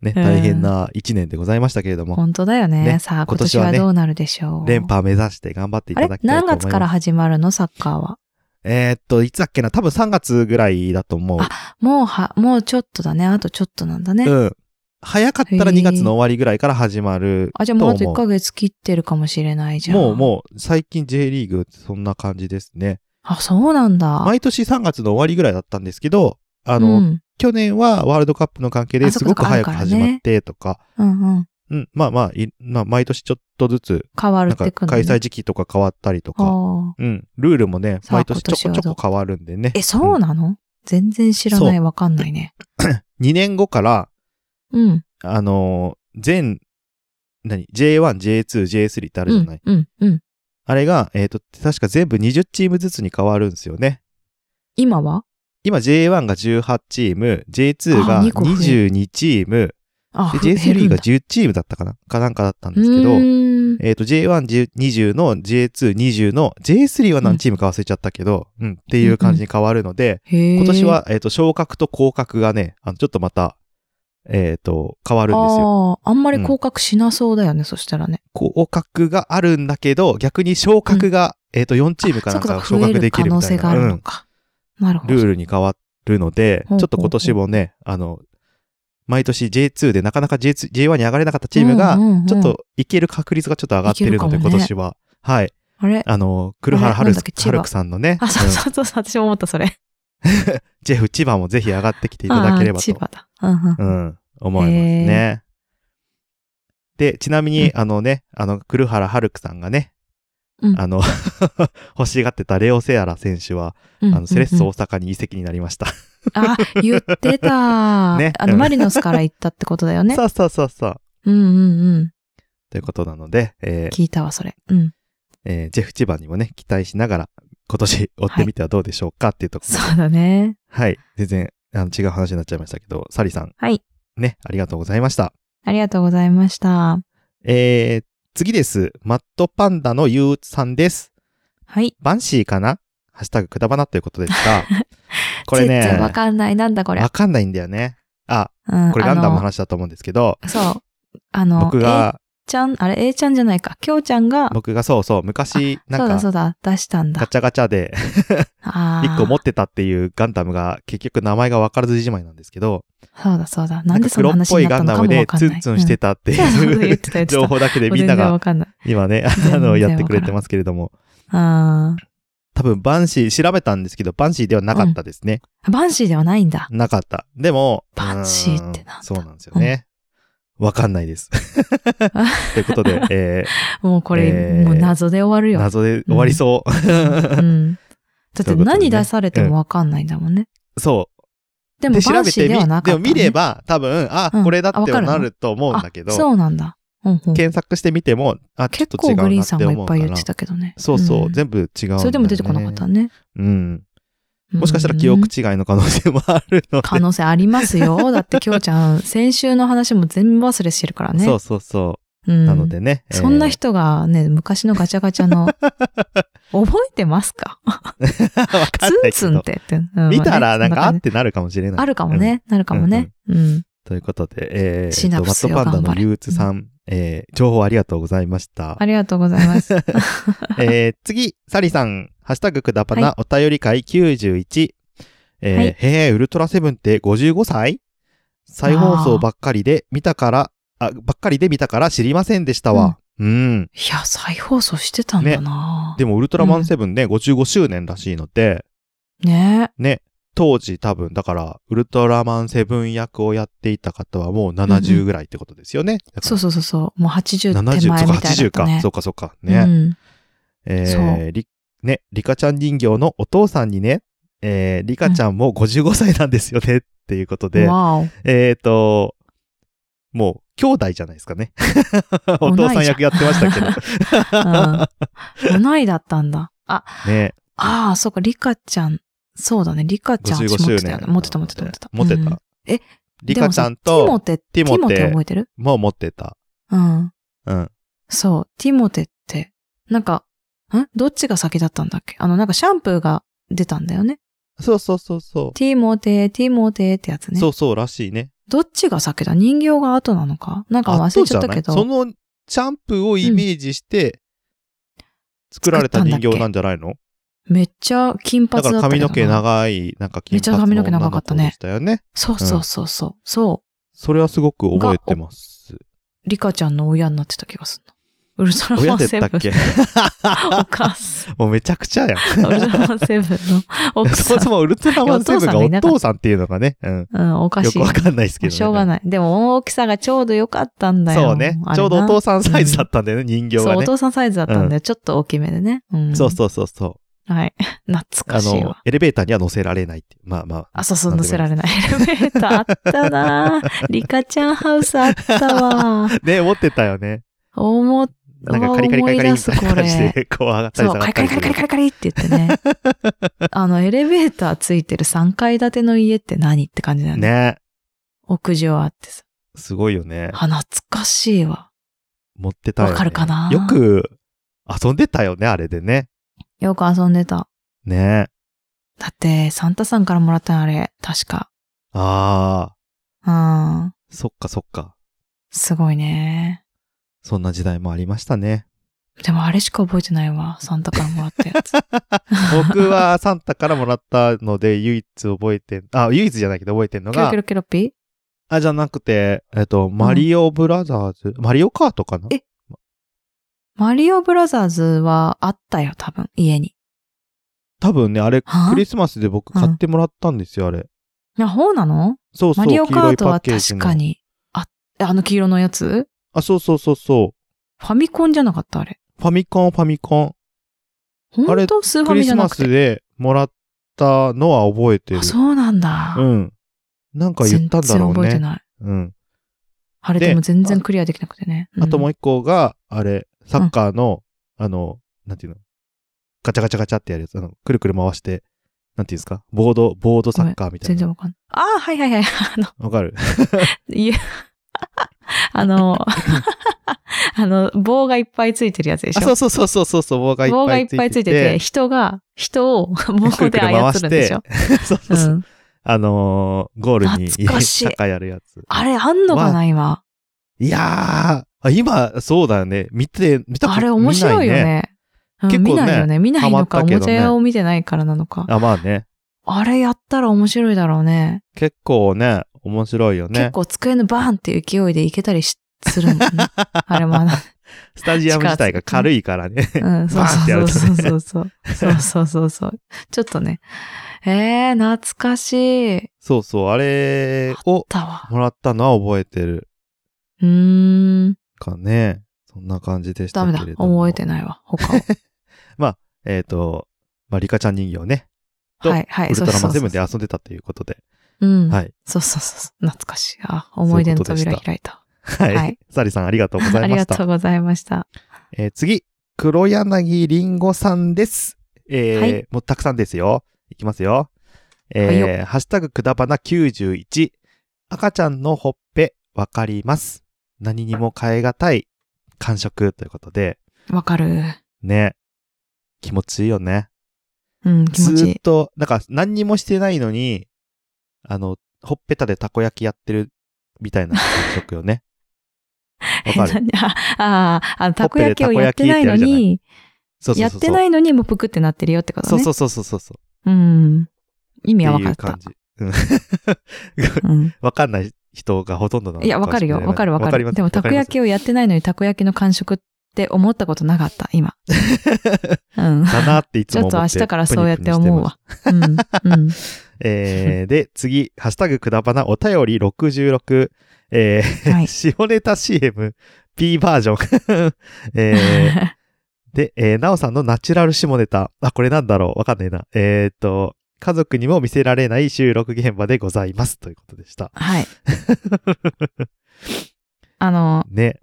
Speaker 2: うん
Speaker 1: 大変な一年でございましたけれども、
Speaker 2: 本当だよね。
Speaker 1: ね
Speaker 2: さあ、
Speaker 1: 今
Speaker 2: 今
Speaker 1: 年
Speaker 2: 年
Speaker 1: はね
Speaker 2: はどうなるでしょう。
Speaker 1: 連覇目指して頑張ってい
Speaker 2: あ
Speaker 1: た
Speaker 2: れ
Speaker 1: だきたいと
Speaker 2: 何
Speaker 1: 思います。
Speaker 2: 月から始まるのサッカーは。
Speaker 1: えーっと、いつだっけな多分3月ぐらいだと思う。
Speaker 2: もうは、もうちょっとだね。あとちょっとなんだね。
Speaker 1: うん。早かったら
Speaker 2: へー
Speaker 1: 2月の終わりぐらいから始まる。
Speaker 2: あ、じゃあもうあと
Speaker 1: と思
Speaker 2: 1
Speaker 1: う
Speaker 2: ヶ月切ってるかもしれないじゃん。
Speaker 1: もう
Speaker 2: う。
Speaker 1: もう、最近 J リーグそんな感じですね。
Speaker 2: あ、そうなんだ。
Speaker 1: 毎年3月の終わりぐらいだったんですけど、あの、
Speaker 2: うん、
Speaker 1: 去年はワールドカップの関係で
Speaker 2: あそ
Speaker 1: す
Speaker 2: っかそ
Speaker 1: ご
Speaker 2: っ
Speaker 1: く
Speaker 2: か
Speaker 1: 早く始まってとか、
Speaker 2: うんうん。
Speaker 1: うん、まあまあ、いまあ、毎年ちょっとずつ、
Speaker 2: 変わる
Speaker 1: なん
Speaker 2: って
Speaker 1: か
Speaker 2: くん
Speaker 1: 開催時期とか変わったりとか、
Speaker 2: ああ。
Speaker 1: うん、ルールもね、
Speaker 2: さあ
Speaker 1: 毎年ちょこち
Speaker 2: 今年
Speaker 1: ょ
Speaker 2: はど
Speaker 1: こ変わるんでね。
Speaker 2: え、そうなの、全然知らない。わかんないね。
Speaker 1: 2年後から、
Speaker 2: うん。
Speaker 1: あのー全、何 ?J1、J2、J3 ってあるじゃない、
Speaker 2: うん。うん。うん。
Speaker 1: あれが、えっ、と、確か全部20チームずつに変わるんですよね。
Speaker 2: 今は
Speaker 1: 今 J1 が18チーム、J2 が
Speaker 2: あ二個増え
Speaker 1: 22チーム、
Speaker 2: あ、
Speaker 1: で
Speaker 2: ふ減
Speaker 1: J3
Speaker 2: るん
Speaker 1: が
Speaker 2: だ
Speaker 1: 10チームだったかなかなんかだったんですけ
Speaker 2: う
Speaker 1: ど、
Speaker 2: ーん
Speaker 1: えっ、と、J120 の J220 の J3 は何チームか忘れちゃったけど、うん、っていう感じに変わるので、
Speaker 2: へえ
Speaker 1: 今年は、えっ、と、昇格と降格がね、あの、ちょっとまた、えっ、と、変わるんですよ。
Speaker 2: ああ、あんまり降格しなそうだよね、そしたらね。
Speaker 1: 降格があるんだけど、逆に昇格が、えっ、と、4チームかなんかが
Speaker 2: そ
Speaker 1: 昇
Speaker 2: っかそっか
Speaker 1: 格できるみたい
Speaker 2: 増える可能性があ
Speaker 1: な、
Speaker 2: る
Speaker 1: う
Speaker 2: の
Speaker 1: ん、
Speaker 2: か。なるほど。
Speaker 1: ルールに変わるので、ちょ
Speaker 2: ほうほうほう
Speaker 1: っと今年もね、あの、毎年 J2 でなかなか J2 J1 に上がれなかったチームが
Speaker 2: うんうんうん、
Speaker 1: ちょっといける確率がちょっと上がってるので、
Speaker 2: いけるかもね
Speaker 1: 今年は。はい。
Speaker 2: あれ
Speaker 1: あの、黒原
Speaker 2: あれ
Speaker 1: 春
Speaker 2: なんだっけ千葉
Speaker 1: 春樹さんのね、
Speaker 2: あ、そううんそうそう、私も思った、それ。
Speaker 1: ジェフ千葉もぜひ上がってきていただければ
Speaker 2: あー千
Speaker 1: と、
Speaker 2: 葉だ。うんうん。
Speaker 1: うん、思いますね。で、ちなみに、あのね、あの、黒原春樹さんがね、
Speaker 2: うん
Speaker 1: あの、 欲しがってたレオ・セアラ選手は、
Speaker 2: うん
Speaker 1: あの、セレッソ
Speaker 2: うんう
Speaker 1: 大阪に移籍になりました。
Speaker 2: んあ、言って た。
Speaker 1: ね
Speaker 2: あの、マリノスから行ったってことだよ ね
Speaker 1: そ。うそうそうそう。
Speaker 2: うんうんうん。
Speaker 1: ということなので、えー
Speaker 2: 聞いたわ、それ。うん。
Speaker 1: えージェフ千葉にもね、期待しながら、今年追ってみてはどうでしょうかっていうところで、
Speaker 2: そうだね。
Speaker 1: はい、全然あの違う話になっちゃいましたけど、サリさん、
Speaker 2: はい。
Speaker 1: ね、ありがとうございました。
Speaker 2: ありがとうございました。
Speaker 1: えー、次です。マットパンダのゆうさんです。
Speaker 2: はい。
Speaker 1: バンシーかなハッシュタグくだばなということですが、 これね、
Speaker 2: 全然わかんない。なんだこれ。
Speaker 1: わかんないんだよね。あ、
Speaker 2: うん
Speaker 1: これガンダムの
Speaker 2: あ
Speaker 1: 話だと思うんですけど、
Speaker 2: のそう。あの、
Speaker 1: 僕
Speaker 2: A
Speaker 1: が、
Speaker 2: ちゃん、あれ、A ちゃんじゃないか。きょうちゃんが、
Speaker 1: 僕がそうそう、昔、な
Speaker 2: そうんだそ
Speaker 1: か、
Speaker 2: うだ、出したん
Speaker 1: ガ
Speaker 2: だ。
Speaker 1: チャガチャで
Speaker 2: ああ。
Speaker 1: 1個持ってたっていうガンダムが、結局名前がわからずじまいなんですけど、
Speaker 2: そうだそうだ。
Speaker 1: な
Speaker 2: なんん
Speaker 1: か
Speaker 2: でそん
Speaker 1: 黒っ
Speaker 2: な話
Speaker 1: ぽ
Speaker 2: に
Speaker 1: いガ
Speaker 2: なった
Speaker 1: ン
Speaker 2: の
Speaker 1: ダ
Speaker 2: か
Speaker 1: ム
Speaker 2: も
Speaker 1: で
Speaker 2: わかんな
Speaker 1: ツ
Speaker 2: い。
Speaker 1: ンツンしてたって
Speaker 2: うんそうそう
Speaker 1: い
Speaker 2: 言っ
Speaker 1: う
Speaker 2: てた言ってた
Speaker 1: 情報だけで
Speaker 2: うん
Speaker 1: みんな
Speaker 2: 全然
Speaker 1: が
Speaker 2: わかんない。
Speaker 1: 今ね、
Speaker 2: 全
Speaker 1: あ
Speaker 2: 然
Speaker 1: の、やってくれてますけれども、
Speaker 2: あ
Speaker 1: 多分バンシー調べたんですけど、バンシーではなかったですね。
Speaker 2: あ。バンシーではないんだ。
Speaker 1: なかった。でも、
Speaker 2: バンシーってな
Speaker 1: うー
Speaker 2: んだ
Speaker 1: そうなんですよね。わかんない です。ということで、え
Speaker 2: もうこれ、
Speaker 1: えー
Speaker 2: もう謎で終わる
Speaker 1: ー、
Speaker 2: よ。
Speaker 1: 謎で終わりそう。
Speaker 2: うん。だっ
Speaker 1: そうい
Speaker 2: て
Speaker 1: うことね
Speaker 2: 何出されてもわかんないんだもんね。
Speaker 1: そ
Speaker 2: で
Speaker 1: う。
Speaker 2: も
Speaker 1: で、調
Speaker 2: バン
Speaker 1: べ
Speaker 2: シー
Speaker 1: て
Speaker 2: で
Speaker 1: み、
Speaker 2: はなかった
Speaker 1: で
Speaker 2: ね、
Speaker 1: も見れば多分、あ、
Speaker 2: うん
Speaker 1: これだ
Speaker 2: あ
Speaker 1: っ
Speaker 2: わ
Speaker 1: て
Speaker 2: かるの
Speaker 1: なると思うんだけど、
Speaker 2: あそうなんだ。うんうん
Speaker 1: 検索してみても、あ、ちょっと
Speaker 2: 結
Speaker 1: 違うな
Speaker 2: 構
Speaker 1: って思うから。
Speaker 2: グリーンさんがいっぱい言ってたけどね。
Speaker 1: そうそう、
Speaker 2: ん
Speaker 1: 全部違うんだよね
Speaker 2: それでも出てこなかった。ね。
Speaker 1: うん。
Speaker 2: うん
Speaker 1: もしかしたら記憶違いの可能性もあるので。
Speaker 2: 可能性ありま すよ。だって、きょうちゃん、先週の話も全部忘れしてるからね。
Speaker 1: そうそうそうう。
Speaker 2: ん
Speaker 1: なのでね。
Speaker 2: そんな
Speaker 1: えー
Speaker 2: 人がね、昔のガチャガチャの、覚えてますか
Speaker 1: わかん
Speaker 2: ツ
Speaker 1: な
Speaker 2: ン
Speaker 1: いけ
Speaker 2: ツン
Speaker 1: ど
Speaker 2: っ。てって。うん
Speaker 1: 見たらなんかあっ
Speaker 2: ね
Speaker 1: てなるかもしれない。
Speaker 2: あるかもね。なるかもね。うん。
Speaker 1: ということで、え
Speaker 2: シ
Speaker 1: ー、
Speaker 2: ナ
Speaker 1: と
Speaker 2: プ
Speaker 1: マッ
Speaker 2: ス
Speaker 1: ト
Speaker 2: よ
Speaker 1: パンダの
Speaker 2: 頑張れ
Speaker 1: 憂鬱さん、えー、情報ありがとうございました
Speaker 2: あ。りがとうござ います。
Speaker 1: えー、次、サリさん、ハッシュタグくだばな、
Speaker 2: は
Speaker 1: お便り会91。えー
Speaker 2: はい
Speaker 1: へーウルトラセブンって55歳再放送ばっかりで見たから、あ、ばっかりで見たから知りませんでしたわ。うん。
Speaker 2: いや、再放送してたんだな
Speaker 1: でも、ウルトラマンセブンね、55周年らしいので、
Speaker 2: ね
Speaker 1: ね、当時多分、だから、ウルトラマンセブン役をやっていた方はもう
Speaker 2: うんう
Speaker 1: 70
Speaker 2: ん
Speaker 1: ぐらいってことですよね。だから
Speaker 2: そうそうそうそう。もう80手前み
Speaker 1: 70
Speaker 2: たい
Speaker 1: と
Speaker 2: な、
Speaker 1: か
Speaker 2: ね。
Speaker 1: 80か。そうかそうか。ね。
Speaker 2: うん。
Speaker 1: え
Speaker 2: そ
Speaker 1: ー、り、ね、リカちゃん人形のお父さんにね、えー、リカちゃんも55歳なんですよね、っていうことで、
Speaker 2: わお。
Speaker 1: えっ、と、もう、兄弟じゃないですかね。 お父さん役やってましたけど。
Speaker 2: うん。同いだったんだ。あ、
Speaker 1: ね、
Speaker 2: ああ、そうか、リカちゃん。そうだね、リカちゃん。
Speaker 1: 55
Speaker 2: 私持
Speaker 1: 周
Speaker 2: ってた
Speaker 1: 年
Speaker 2: よ。持ってた、持ってた、持ってた。
Speaker 1: 持って
Speaker 2: うん
Speaker 1: た。
Speaker 2: え
Speaker 1: リカちゃん
Speaker 2: でも
Speaker 1: と、
Speaker 2: さティ
Speaker 1: ティ
Speaker 2: モテ、ティ
Speaker 1: モ
Speaker 2: モ
Speaker 1: テ
Speaker 2: テ覚えてる
Speaker 1: もう持ってた。
Speaker 2: うん。
Speaker 1: うん。
Speaker 2: そう、ティモテって、なんか、んどっちが先だったんだっけあの、なんかシャンプーが出たんだよね。
Speaker 1: そうそうそうそう。
Speaker 2: ティモテ、ティモテってやつね。
Speaker 1: そうそうらしいね。
Speaker 2: どっちが先だ人形が後なのかなんか
Speaker 1: あ
Speaker 2: 忘
Speaker 1: と
Speaker 2: れち
Speaker 1: じ
Speaker 2: ゃ
Speaker 1: ゃ
Speaker 2: った
Speaker 1: ない
Speaker 2: けど。
Speaker 1: その、シャンプーをイメージして、作られた人形なんじゃないの
Speaker 2: めっちゃ金
Speaker 1: だ
Speaker 2: 髪
Speaker 1: か
Speaker 2: だった
Speaker 1: ら
Speaker 2: け
Speaker 1: 髪
Speaker 2: どな
Speaker 1: の毛長い、なんか金髪の
Speaker 2: めっちゃ髪の毛長かったね
Speaker 1: 女の子でしたよね。
Speaker 2: そうそうそうそう。そ
Speaker 1: それはすごく覚えて ます。
Speaker 2: う。リカちゃんの親になってた気がするの。ウルトラマ
Speaker 1: 親
Speaker 2: ン
Speaker 1: で
Speaker 2: セ
Speaker 1: し
Speaker 2: ブ
Speaker 1: た
Speaker 2: ン
Speaker 1: っ。け
Speaker 2: お母さん。
Speaker 1: もうめちゃくちゃやん。
Speaker 2: ウルトラマンセブンの奥
Speaker 1: そ
Speaker 2: さん
Speaker 1: も。そもウルトラマンセブンがお父さんっていうのがね、うん、
Speaker 2: うん、おか
Speaker 1: よ
Speaker 2: しい
Speaker 1: くわ。かんないですけどね。
Speaker 2: しょうがない。でも大きさがちょうど良かったんだよ。
Speaker 1: そうね
Speaker 2: あ。れな
Speaker 1: ちょうどお父さんサイズだったんだよね、人形
Speaker 2: そ
Speaker 1: が
Speaker 2: う、お
Speaker 1: ね。
Speaker 2: 父さんサイズだったんで、ちょっと大きめでね。うん。
Speaker 1: そうそうそうそう。
Speaker 2: う。はい。懐
Speaker 1: あ
Speaker 2: かしい
Speaker 1: の
Speaker 2: わ。、
Speaker 1: エレベーターには乗せられないっていう。まあまあ。
Speaker 2: あ、そうそう、
Speaker 1: なん
Speaker 2: 乗
Speaker 1: でも
Speaker 2: せられない。エレベーターあったなぁリカちゃんハウスあった わ。
Speaker 1: ね、持ってたよね。
Speaker 2: 思っ
Speaker 1: なんかカリカリカリカリみたいな
Speaker 2: 思い
Speaker 1: 感
Speaker 2: 出す
Speaker 1: じ
Speaker 2: これ
Speaker 1: で、こう上がったり
Speaker 2: そう、
Speaker 1: 下が
Speaker 2: カ
Speaker 1: っ
Speaker 2: リ
Speaker 1: たり
Speaker 2: カリ
Speaker 1: す
Speaker 2: カ
Speaker 1: る
Speaker 2: リカリカリカリって言って ね。あの、エレベーターついてる3階建ての家って何って感じだよね。
Speaker 1: ね。
Speaker 2: 屋上あってさ。
Speaker 1: すごいよね。
Speaker 2: あ、懐かしいわ。
Speaker 1: 持ってたよ、ね。
Speaker 2: わかるかな
Speaker 1: よく遊んでたよね、あれでね。
Speaker 2: よく遊んでた。
Speaker 1: ね
Speaker 2: だって、サンタさんからもらったのあれ、確か。
Speaker 1: ああ、
Speaker 2: うん。
Speaker 1: そっかそっか。
Speaker 2: すごいね。
Speaker 1: そんな時代もありましたね。
Speaker 2: でもあれしか覚えてないわ。サンタからもらったや つ。
Speaker 1: 僕はサンタからもらったので唯一覚えてん、あ、唯一じゃないけど覚えてんの
Speaker 2: キロ
Speaker 1: が
Speaker 2: キ、ロキロピ
Speaker 1: あ、じゃなくて、えっと、マリオブラザーズ、マリオカートかな
Speaker 2: えマリオブラザーズはあったよ、多分、家に。
Speaker 1: 多分ね、あれ、
Speaker 2: はあ
Speaker 1: クリスマスで僕買ってもらったんですよ、あれ。
Speaker 2: あ、ほうなの
Speaker 1: そうそう、
Speaker 2: マリオカート
Speaker 1: 黄色いパ
Speaker 2: は
Speaker 1: ッケージ
Speaker 2: 確
Speaker 1: の
Speaker 2: か。に。あ、えあの黄色のやつ
Speaker 1: あ、そうそうそうそ
Speaker 2: ファミコンじゃなかった、あれ。
Speaker 1: う。ファミコン、ファミコン。
Speaker 2: ほ
Speaker 1: あれ
Speaker 2: んとスーファ
Speaker 1: ク
Speaker 2: ミ
Speaker 1: リ
Speaker 2: じ
Speaker 1: ス
Speaker 2: ゃな
Speaker 1: マ
Speaker 2: く
Speaker 1: ス
Speaker 2: て。
Speaker 1: でもらったのは覚えてる
Speaker 2: あ、。そうなんだ。
Speaker 1: うん。なんか言ったんだろ
Speaker 2: 全然
Speaker 1: う
Speaker 2: 覚えて
Speaker 1: ね。
Speaker 2: ない。
Speaker 1: うん。
Speaker 2: あれ
Speaker 1: で
Speaker 2: でも全然クリアできなくてね。
Speaker 1: あともう
Speaker 2: 一
Speaker 1: 一個が、あれ、サッカーの、あの、なんていうのガチャガチャガチャってやるやつ。あの、くるくる回して、なんていうんですかボード、ボードサッカーみたい
Speaker 2: 全
Speaker 1: な。
Speaker 2: 然わかんない。ああ、はいはいはい。あの、
Speaker 1: わかる
Speaker 2: いや、あの、あの、棒がいっぱいついてるやつでし
Speaker 1: あ、
Speaker 2: ょ。
Speaker 1: そうそうそうそうそうそう、棒がいっ
Speaker 2: 棒がいっぱ
Speaker 1: ぱ
Speaker 2: い
Speaker 1: い
Speaker 2: つ
Speaker 1: つ
Speaker 2: い
Speaker 1: い
Speaker 2: て
Speaker 1: て
Speaker 2: て、
Speaker 1: て。
Speaker 2: 人が、人を
Speaker 1: く
Speaker 2: 棒
Speaker 1: るく
Speaker 2: で
Speaker 1: る回
Speaker 2: 操
Speaker 1: し
Speaker 2: るんでしょ
Speaker 1: て。、 そうそう
Speaker 2: う
Speaker 1: そう。
Speaker 2: ん。
Speaker 1: あのー、ゴールに、
Speaker 2: 懐かしい
Speaker 1: サッカーやるやつ。
Speaker 2: あれあんのかな、今。
Speaker 1: いやー、あ今、そうだよね。見て、見たこと
Speaker 2: あれ面白い
Speaker 1: 見
Speaker 2: よ
Speaker 1: ないね。
Speaker 2: ね。うん
Speaker 1: 結構ね
Speaker 2: 見ないよね。見ないのか、
Speaker 1: ハマ
Speaker 2: お
Speaker 1: ったけ
Speaker 2: も
Speaker 1: ど
Speaker 2: ち
Speaker 1: ね
Speaker 2: ゃ屋を見てないからなのか。
Speaker 1: あ、まあね。
Speaker 2: あれやったら面白いだろうね。
Speaker 1: 結構ね、面白いよね
Speaker 2: 結。構机のバーンっていう勢いでいけたりしするんだ ね。あれもあの、
Speaker 1: スタジアム自体が軽いから ね。
Speaker 2: うん、そう
Speaker 1: バーンって
Speaker 2: そう
Speaker 1: や
Speaker 2: そうそうそう。そうそうそうそう。ちょっとね。えー、懐かしい。
Speaker 1: そうそう、あれ
Speaker 2: あっ
Speaker 1: を
Speaker 2: たわ。
Speaker 1: もらったのは覚えてる
Speaker 2: うーん。
Speaker 1: かね。そんな感じでした
Speaker 2: ダ
Speaker 1: け
Speaker 2: メ
Speaker 1: れ
Speaker 2: だ
Speaker 1: ども。。
Speaker 2: 覚えてないわ。他を。
Speaker 1: えっ、と、まあ、リカちゃん人形ね。 と
Speaker 2: はい、はい。
Speaker 1: ウルトラマンセブンで
Speaker 2: そうそう
Speaker 1: 遊んでたということで。
Speaker 2: そううん。
Speaker 1: はい。
Speaker 2: そうそうそうそう。懐かしい。あ、思い出の
Speaker 1: そういうことで
Speaker 2: 扉
Speaker 1: した
Speaker 2: 開いた。
Speaker 1: はい。
Speaker 2: はい
Speaker 1: サリさんありがとうござ
Speaker 2: あ
Speaker 1: い
Speaker 2: り
Speaker 1: ま
Speaker 2: が
Speaker 1: し
Speaker 2: とう
Speaker 1: た。
Speaker 2: ございました。
Speaker 1: えー次、黒柳りんごさんです。えー
Speaker 2: はい
Speaker 1: もうたくさんですよ。いきますよ。
Speaker 2: は
Speaker 1: えー、ハッシュタグくだばな91。赤ちゃんのほっぺ、わかります。何にも変えがたい感触ということで、
Speaker 2: わかる。
Speaker 1: ね。気持ちいいよね。
Speaker 2: うん、気持
Speaker 1: ず
Speaker 2: ちい
Speaker 1: ーっ
Speaker 2: い。
Speaker 1: と、なんか何にもしてないのに、あの、ほっぺたでたこ焼きやってるみたいな感触よ ね。わかる
Speaker 2: 何 あああ、あの、たこ焼き
Speaker 1: ほ
Speaker 2: を
Speaker 1: っぺでたこ
Speaker 2: やっ
Speaker 1: 焼き
Speaker 2: てないのに、
Speaker 1: そうそう
Speaker 2: やっ
Speaker 1: そうそう。
Speaker 2: てないのにもうぷくってなってるよってこと
Speaker 1: そう
Speaker 2: ね。
Speaker 1: そうそうそうそうそう。
Speaker 2: うん。意味は
Speaker 1: っ
Speaker 2: わ
Speaker 1: て
Speaker 2: か
Speaker 1: い
Speaker 2: っ
Speaker 1: う
Speaker 2: た
Speaker 1: 感。じ。うん
Speaker 2: うん。
Speaker 1: わかんない人がほとんどなの
Speaker 2: いや、わかるよ。わかるわかる。でも、たこ焼き
Speaker 1: を。
Speaker 2: をやってないのに、たこ焼きの感触って思ったことなかった、今。 うん。
Speaker 1: だなっていつ
Speaker 2: ち
Speaker 1: も
Speaker 2: ょ
Speaker 1: 思
Speaker 2: っ
Speaker 1: って
Speaker 2: と明日からそうやって思うわ。。うん。うん。
Speaker 1: プニプニしてますえー、で、次、ハッシュタグくだばなお便り66、えー、
Speaker 2: はい
Speaker 1: 下ネタ CM、P バージョン。 えー、 で、えー、なおさんのナチュラル下ネタ。あ、これなんだろうわかんないな。えーっと、家族にも見せられない収録現場でございます。ということでした。
Speaker 2: はい。 あの、
Speaker 1: ね。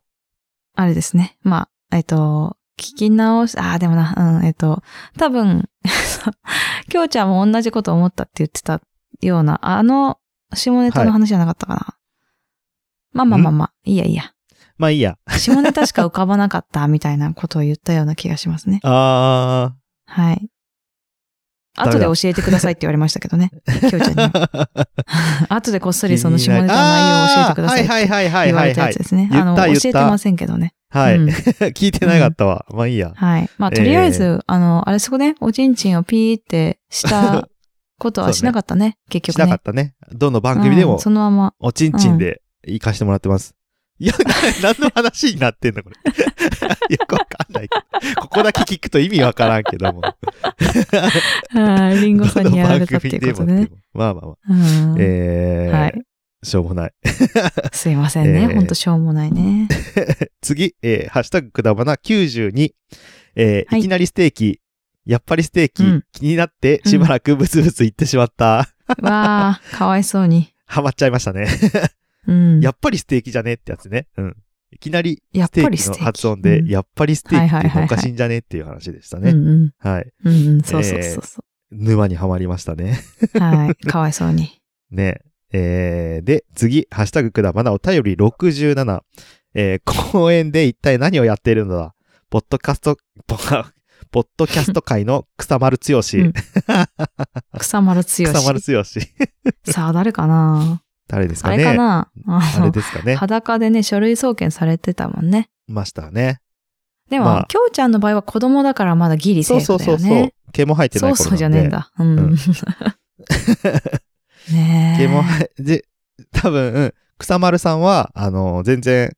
Speaker 2: あれですね。まあ、えっと、聞き直し、ああ、でもな、うん、えっと、多分、 きょうちゃんも同じこと思ったって言ってたような、あの、下ネタの話じゃなかったかな。まあまあまあまあ、いいやいいや。
Speaker 1: まあいいや。
Speaker 2: 下ネタしか浮かばなかったみたいなことを言ったような気がしますね。
Speaker 1: あ
Speaker 2: はい。
Speaker 1: ダメ
Speaker 2: 後
Speaker 1: だ
Speaker 2: で教えてくださいって言われましたけ どね。きょうちゃんには。
Speaker 1: ー。
Speaker 2: 後でこっそりその下ネタの内容を教えてくださいっ
Speaker 1: あーは
Speaker 2: て
Speaker 1: いはいはい
Speaker 2: 言わ
Speaker 1: は
Speaker 2: れ
Speaker 1: い
Speaker 2: た
Speaker 1: は
Speaker 2: や
Speaker 1: い
Speaker 2: つ。ですね。
Speaker 1: 言
Speaker 2: あ
Speaker 1: った
Speaker 2: の、
Speaker 1: 言った
Speaker 2: 教えてませんけどね。
Speaker 1: はい。
Speaker 2: う ん
Speaker 1: 聞いてなかったわ。まあいいや。
Speaker 2: はい。まあ、とりあえず、あの、あれそこね、おちんちんをピーってしたことはしなかったね。結
Speaker 1: し
Speaker 2: 局ね。
Speaker 1: なかったね。どの番組で
Speaker 2: う
Speaker 1: も
Speaker 2: ん、そのまま。
Speaker 1: おちんちんで行かしてもらってます。いや、 何の話になってんのこれ。 よくわかんないけど。ここだけ聞くと意味わからんけども。
Speaker 2: はいリンゴさんにやられたっていうことでね。
Speaker 1: まあまあまあ。
Speaker 2: うん
Speaker 1: えー
Speaker 2: はい。
Speaker 1: しょうもない。
Speaker 2: すいませんね。
Speaker 1: えー
Speaker 2: ほんとしょうもな いね。
Speaker 1: 次、えーハッシュタグくだばな92。えー
Speaker 2: はい
Speaker 1: い、きなりステーキ。やっぱりステーキ、
Speaker 2: うん
Speaker 1: 気になってしばらくブツブツ言ってしまった。
Speaker 2: わあ、かわいそうに。
Speaker 1: ハマっちゃいました ね。
Speaker 2: うん。
Speaker 1: やっぱりステーキじゃねってやつね。うん。いきなり
Speaker 2: やっ
Speaker 1: ステ
Speaker 2: ぱ
Speaker 1: ー
Speaker 2: り
Speaker 1: キ
Speaker 2: ス
Speaker 1: の
Speaker 2: テーキ。
Speaker 1: 発音で、
Speaker 2: うん
Speaker 1: やっぱりステーキっ
Speaker 2: はい
Speaker 1: て
Speaker 2: はい
Speaker 1: いう
Speaker 2: はい
Speaker 1: の
Speaker 2: はい
Speaker 1: おかしいんじゃねっていう話でした
Speaker 2: う
Speaker 1: ね。
Speaker 2: んうん。
Speaker 1: はい。
Speaker 2: うんうん、そうそうそうそ
Speaker 1: 沼にはまりましたね。
Speaker 2: う。はい。かわいそ うに。
Speaker 1: ね。えー、で、次、ハッシュタグくだばなお便り67。えー、公園で一体何をやっているのだポッドキャスト、ポポッドキャスト界の草丸剛。
Speaker 2: ん草丸つよ
Speaker 1: 草丸
Speaker 2: し。
Speaker 1: 剛。
Speaker 2: さあ、誰かな
Speaker 1: 誰です
Speaker 2: あ
Speaker 1: か
Speaker 2: れ
Speaker 1: ね
Speaker 2: かな
Speaker 1: あれですかね
Speaker 2: 裸でね、書類送検されてたもんね。
Speaker 1: ましたね。
Speaker 2: でも、
Speaker 1: まあ
Speaker 2: きょうちゃんの場合は子供だからまだギリセ
Speaker 1: そ
Speaker 2: ー
Speaker 1: う
Speaker 2: フだ
Speaker 1: そ
Speaker 2: よ
Speaker 1: う
Speaker 2: ね。
Speaker 1: そうそう。毛も生えてない
Speaker 2: そう
Speaker 1: 頃なんで。
Speaker 2: そうじゃねえんだ。うん。
Speaker 1: うん
Speaker 2: ねえ。
Speaker 1: 毛も 生え、で、多分、うん草丸さんは、あの、全然、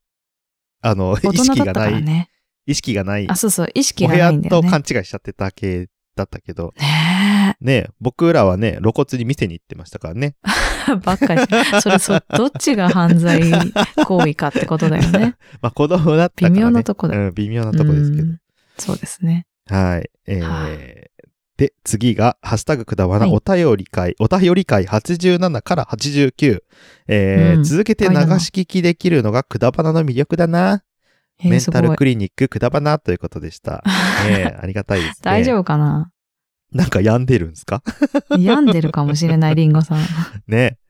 Speaker 1: あの、
Speaker 2: 大
Speaker 1: 意識
Speaker 2: 人だ
Speaker 1: が
Speaker 2: ったか
Speaker 1: な
Speaker 2: ら
Speaker 1: い、
Speaker 2: ね。
Speaker 1: 意識がない、
Speaker 2: あ、そうそう。意識
Speaker 1: お
Speaker 2: が
Speaker 1: 部
Speaker 2: な
Speaker 1: 屋
Speaker 2: いんだよ
Speaker 1: と
Speaker 2: ね。
Speaker 1: 勘違いしちゃってた系だったけど、
Speaker 2: ね
Speaker 1: ね、僕らはね、露骨に店に行ってましたからね。
Speaker 2: え。 ばっかりじゃんそれ、そう、どっちが犯罪行為かってことだよね。
Speaker 1: まあ子供だったから、ね。
Speaker 2: 微妙なとこだ
Speaker 1: うん、微妙なとこですけ
Speaker 2: う
Speaker 1: ど。
Speaker 2: んそうですね。
Speaker 1: はい。え
Speaker 2: は
Speaker 1: ー、で、次が、ハッシュタグくだばな、
Speaker 2: はい
Speaker 1: お便り会、お便り会87から89。えー
Speaker 2: うん
Speaker 1: 続けて流し聞きできるのがくだばなの魅力だな。
Speaker 2: えー
Speaker 1: メン
Speaker 2: す
Speaker 1: タ
Speaker 2: ご
Speaker 1: ル
Speaker 2: い。
Speaker 1: クリニックくだばなということで した。ええありがたいですね。
Speaker 2: 大丈夫かな、
Speaker 1: なんか病んでるんですか
Speaker 2: 病んでるかもしれない、リンゴさん。
Speaker 1: ね。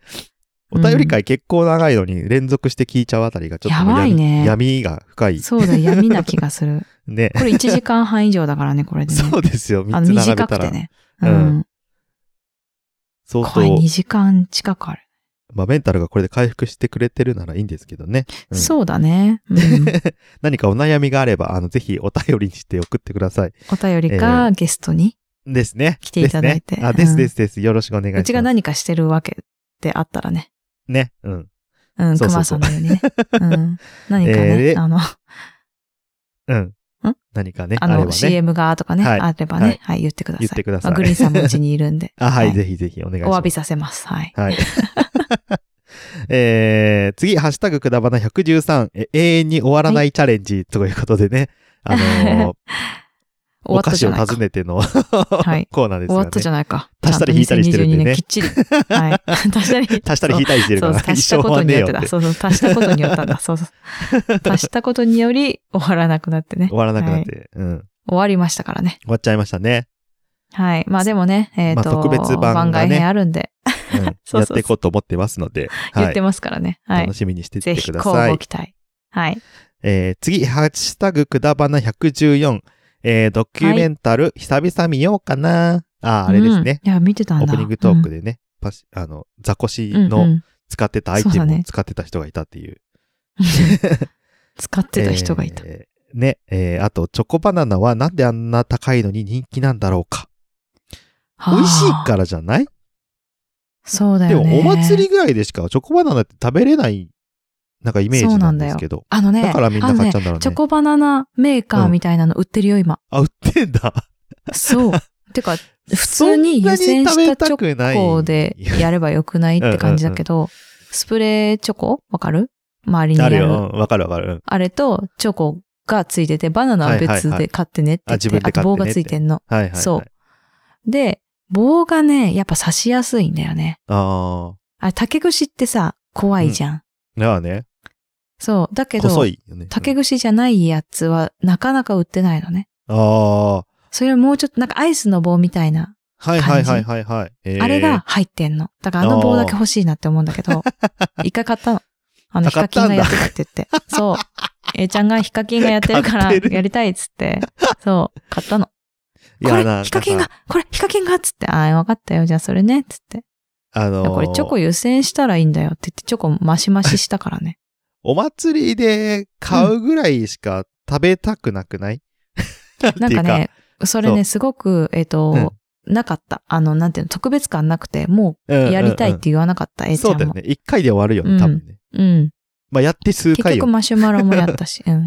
Speaker 1: お便り会結構長いのに連続して聞いちゃうあたりがちょっともう
Speaker 2: やばいね
Speaker 1: 闇が深い。
Speaker 2: そうだ、闇な気がする。
Speaker 1: ね。
Speaker 2: これ1時間半以上だか らね、これでね。
Speaker 1: そうですよ。
Speaker 2: あ
Speaker 1: 3
Speaker 2: の
Speaker 1: つ並べ
Speaker 2: 短
Speaker 1: た
Speaker 2: く
Speaker 1: ら。
Speaker 2: てね。
Speaker 1: う
Speaker 2: うんん。
Speaker 1: 相
Speaker 2: これ
Speaker 1: 当、
Speaker 2: 2時間近くある。
Speaker 1: まあメンタルがこれで回復してくれてるならいいんですけどね。うん
Speaker 2: そうだね。 うん、
Speaker 1: 何かお悩みがあれば、あの、ぜひお便りにして送ってください。
Speaker 2: お便りか、ゲストに。
Speaker 1: ですね。
Speaker 2: 来ていただいて
Speaker 1: ですねあ、です
Speaker 2: うん
Speaker 1: ですです。よろしくお願いします。
Speaker 2: うちが何かしてるわけであったらね。
Speaker 1: ね。うん。
Speaker 2: うん、
Speaker 1: そうそうそうん
Speaker 2: 熊さのようにね。 うん、何か
Speaker 1: え
Speaker 2: ね、
Speaker 1: ー
Speaker 2: あの、
Speaker 1: うん。
Speaker 2: ん
Speaker 1: 何かね、
Speaker 2: あ
Speaker 1: あれば
Speaker 2: の、
Speaker 1: ね。
Speaker 2: CM がとかね、
Speaker 1: はい
Speaker 2: あれば
Speaker 1: はい
Speaker 2: ね、はい、言ってください。
Speaker 1: 言ってください。
Speaker 2: まあグリーンさんもうちにいるんで
Speaker 1: あ、はい、
Speaker 2: はい
Speaker 1: ぜひぜ ひお願いし
Speaker 2: お
Speaker 1: ます。
Speaker 2: 詫びさせます。はい。
Speaker 1: はい。 えー、次、ハッシュタグくだばな113、え永遠に終わらないチャレンジということで ね、あのー
Speaker 2: 終
Speaker 1: お
Speaker 2: わった
Speaker 1: 菓
Speaker 2: じ
Speaker 1: 子を
Speaker 2: ゃないか。
Speaker 1: 訪
Speaker 2: 終
Speaker 1: ねての、
Speaker 2: い
Speaker 1: コーナーです
Speaker 2: わ
Speaker 1: よ
Speaker 2: ったじ
Speaker 1: ね。
Speaker 2: ゃないか。
Speaker 1: 足したり引いたりしてるんでね
Speaker 2: ちゃんと2022年きっちり。はい。足したり。
Speaker 1: 足したり引いたりしてる
Speaker 2: そ
Speaker 1: か
Speaker 2: う、
Speaker 1: ら、
Speaker 2: 足
Speaker 1: 一
Speaker 2: した
Speaker 1: 生
Speaker 2: ことに
Speaker 1: ねえ
Speaker 2: よっ
Speaker 1: よ
Speaker 2: て
Speaker 1: っ
Speaker 2: だ。
Speaker 1: て。
Speaker 2: そうそう、足したことによったんだ。そ うそう。足したことにより終わらなくなってね。
Speaker 1: 終わらなくなって、うん。
Speaker 2: 終わりましたからね。
Speaker 1: 終わっちゃいましたね。
Speaker 2: はい。まあでもね、えっ、と、
Speaker 1: まあ特別版がね
Speaker 2: 番外編あるんで、
Speaker 1: うん
Speaker 2: そうそうそう
Speaker 1: やっていこうと思ってますので、
Speaker 2: 言
Speaker 1: は
Speaker 2: っ
Speaker 1: い
Speaker 2: て。ますからね。はい。
Speaker 1: 楽しみにしていっ
Speaker 2: ぜ
Speaker 1: て
Speaker 2: ひ、
Speaker 1: く
Speaker 2: こ
Speaker 1: だ
Speaker 2: う
Speaker 1: さ
Speaker 2: ご
Speaker 1: い。
Speaker 2: 期待。はい。
Speaker 1: えー、次、ハッシュタグくだばな114、えー、ドキュメンタル、久々見ようかな。あー、あれですね。
Speaker 2: うんいや、見てたんだ。
Speaker 1: オープニングトーク
Speaker 2: で、
Speaker 1: でね、パシあの、ザコシ
Speaker 2: うんうんう
Speaker 1: の
Speaker 2: ん
Speaker 1: 使ってたアイ
Speaker 2: そ
Speaker 1: テ
Speaker 2: うだ
Speaker 1: ムを
Speaker 2: ね
Speaker 1: 使ってた人がいたっていう。
Speaker 2: 使ってた人がいた。
Speaker 1: えーね、えーあと、チョコバナナはなんであんな高いのに人気なんだろうか。
Speaker 2: はあ
Speaker 1: 美味しいからじゃない
Speaker 2: そうだ
Speaker 1: で
Speaker 2: よね。
Speaker 1: も、お祭りぐらいでしかチョコバナナって食べれない、なんかイメージなんですけど。
Speaker 2: あのね、
Speaker 1: だからみんな買っちゃう
Speaker 2: あの
Speaker 1: んだろうね。
Speaker 2: チョコバナナメーカーみたいなの売ってるよ、今。
Speaker 1: あ、売ってんだ。
Speaker 2: そう。てか、普通に湯煎したチョコでやればよくないって感じだけど、スプレーチョコわかる周りに
Speaker 1: あ
Speaker 2: あ
Speaker 1: る
Speaker 2: る。
Speaker 1: よ。うんわかるわかる。うん
Speaker 2: あれとチョコがついてて、バナナは別で買ってねって
Speaker 1: はいはいはいあ
Speaker 2: 言って、
Speaker 1: 自分で買ってね
Speaker 2: あと棒がついてんの。
Speaker 1: はいはい、はい。
Speaker 2: そう。で、棒がね、やっぱ刺しやすいんだよね。
Speaker 1: あ
Speaker 2: あれ、竹串ってさ、怖いじゃん。
Speaker 1: ー。だからね、
Speaker 2: そう。だけど、
Speaker 1: 細いよね。
Speaker 2: 竹
Speaker 1: うん
Speaker 2: 串じゃないやつはなかなか売ってないのね。
Speaker 1: ああ。
Speaker 2: それをもうちょっと、なんかアイスの棒みたいな、
Speaker 1: はいはいはいはいはい。えー
Speaker 2: あれが、入ってんの。だからあの棒だけ欲しいなって思うんだけど、 一回買ったの。あの、
Speaker 1: あ
Speaker 2: ヒカキンがやってたって言って。 そう。A ちゃんがヒカキンがやってるから、
Speaker 1: 買ってる
Speaker 2: やりたいっつって。そう、買ったの。
Speaker 1: い
Speaker 2: こ
Speaker 1: や
Speaker 2: れ、
Speaker 1: な
Speaker 2: ヒカキン
Speaker 1: なん
Speaker 2: が
Speaker 1: か、
Speaker 2: これ、ヒカキンがっつって、ああ、わかったよ、じゃあそれね、っつって。
Speaker 1: あ
Speaker 2: い
Speaker 1: の
Speaker 2: や
Speaker 1: ー
Speaker 2: これチョコ湯煎したらいいんだよって言って、チョコマシマシしたからね。
Speaker 1: お祭りで買うぐらいしか食べたくなくない、
Speaker 2: なんかね、それね、すごく、えっ、と、なかった。あの、なんていうの、特別感なくて、も
Speaker 1: うんうんう
Speaker 2: うんやりたいって言わなかった、A ちゃ
Speaker 1: そ
Speaker 2: ん
Speaker 1: うだよ
Speaker 2: も。
Speaker 1: ね。一回で終わるよね、多分ね。
Speaker 2: うん。
Speaker 1: まあ、やって数
Speaker 2: 結
Speaker 1: 回よ
Speaker 2: 局
Speaker 1: ね。
Speaker 2: マシュマロもやったし。うん。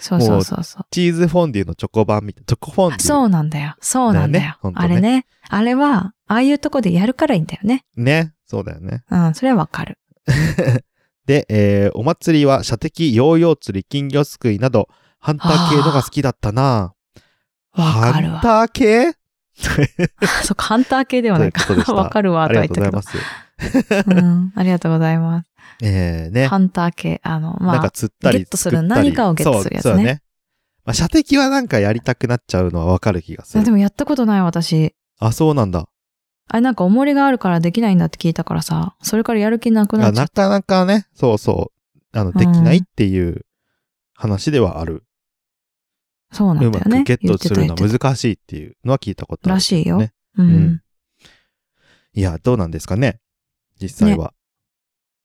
Speaker 2: そうそうそうそう。
Speaker 1: チーズフォンデュのチョコ版みたいな。チョコフォンデュ。
Speaker 2: そうなんだよ。そうなんだよ。
Speaker 1: だよね
Speaker 2: あれね。あれは、ああいうとこでやるからいいんだよね。
Speaker 1: ね。そうだよね。
Speaker 2: うん、それはわかる。
Speaker 1: で、えー、お祭りは射的、ヨーヨー釣り、金魚すくいなど、ハンター系のが好きだったな
Speaker 2: わかる
Speaker 1: ハン
Speaker 2: わ。
Speaker 1: ター系
Speaker 2: そっか、ハンター系ではない
Speaker 1: ということでし
Speaker 2: か。
Speaker 1: た
Speaker 2: わかるわ、
Speaker 1: あ
Speaker 2: と
Speaker 1: り
Speaker 2: は
Speaker 1: が
Speaker 2: 言っ
Speaker 1: とうございま
Speaker 2: た
Speaker 1: す。
Speaker 2: けど。うん、ありがとうございます。
Speaker 1: えー、ね。
Speaker 2: ハンター系、あの、
Speaker 1: なん
Speaker 2: ま
Speaker 1: か
Speaker 2: あ、
Speaker 1: 釣ったり
Speaker 2: ゲットす
Speaker 1: 作っ
Speaker 2: る
Speaker 1: たり。
Speaker 2: 何かをゲットするやつね
Speaker 1: そうそうだね。まあ、射的はなんかやりたくなっちゃうのはわかる気がす
Speaker 2: で
Speaker 1: る。
Speaker 2: もやったことない私。
Speaker 1: あ、そうなんだ。
Speaker 2: あれなんか重りがあるからできないんだって聞いたからさ、それからやる気なくな
Speaker 1: あ
Speaker 2: っちゃっ
Speaker 1: なかなかね、そうそう。あの、
Speaker 2: ん
Speaker 1: できないっていう話ではある。
Speaker 2: た。そうな
Speaker 1: うんま
Speaker 2: だよ
Speaker 1: く
Speaker 2: ね。
Speaker 1: ゲットするのは
Speaker 2: 言って
Speaker 1: 難しいっていうのは聞いたことある、
Speaker 2: らしいよ
Speaker 1: ね。
Speaker 2: た言ってたうん。
Speaker 1: いや、どうなんですかね。実際は。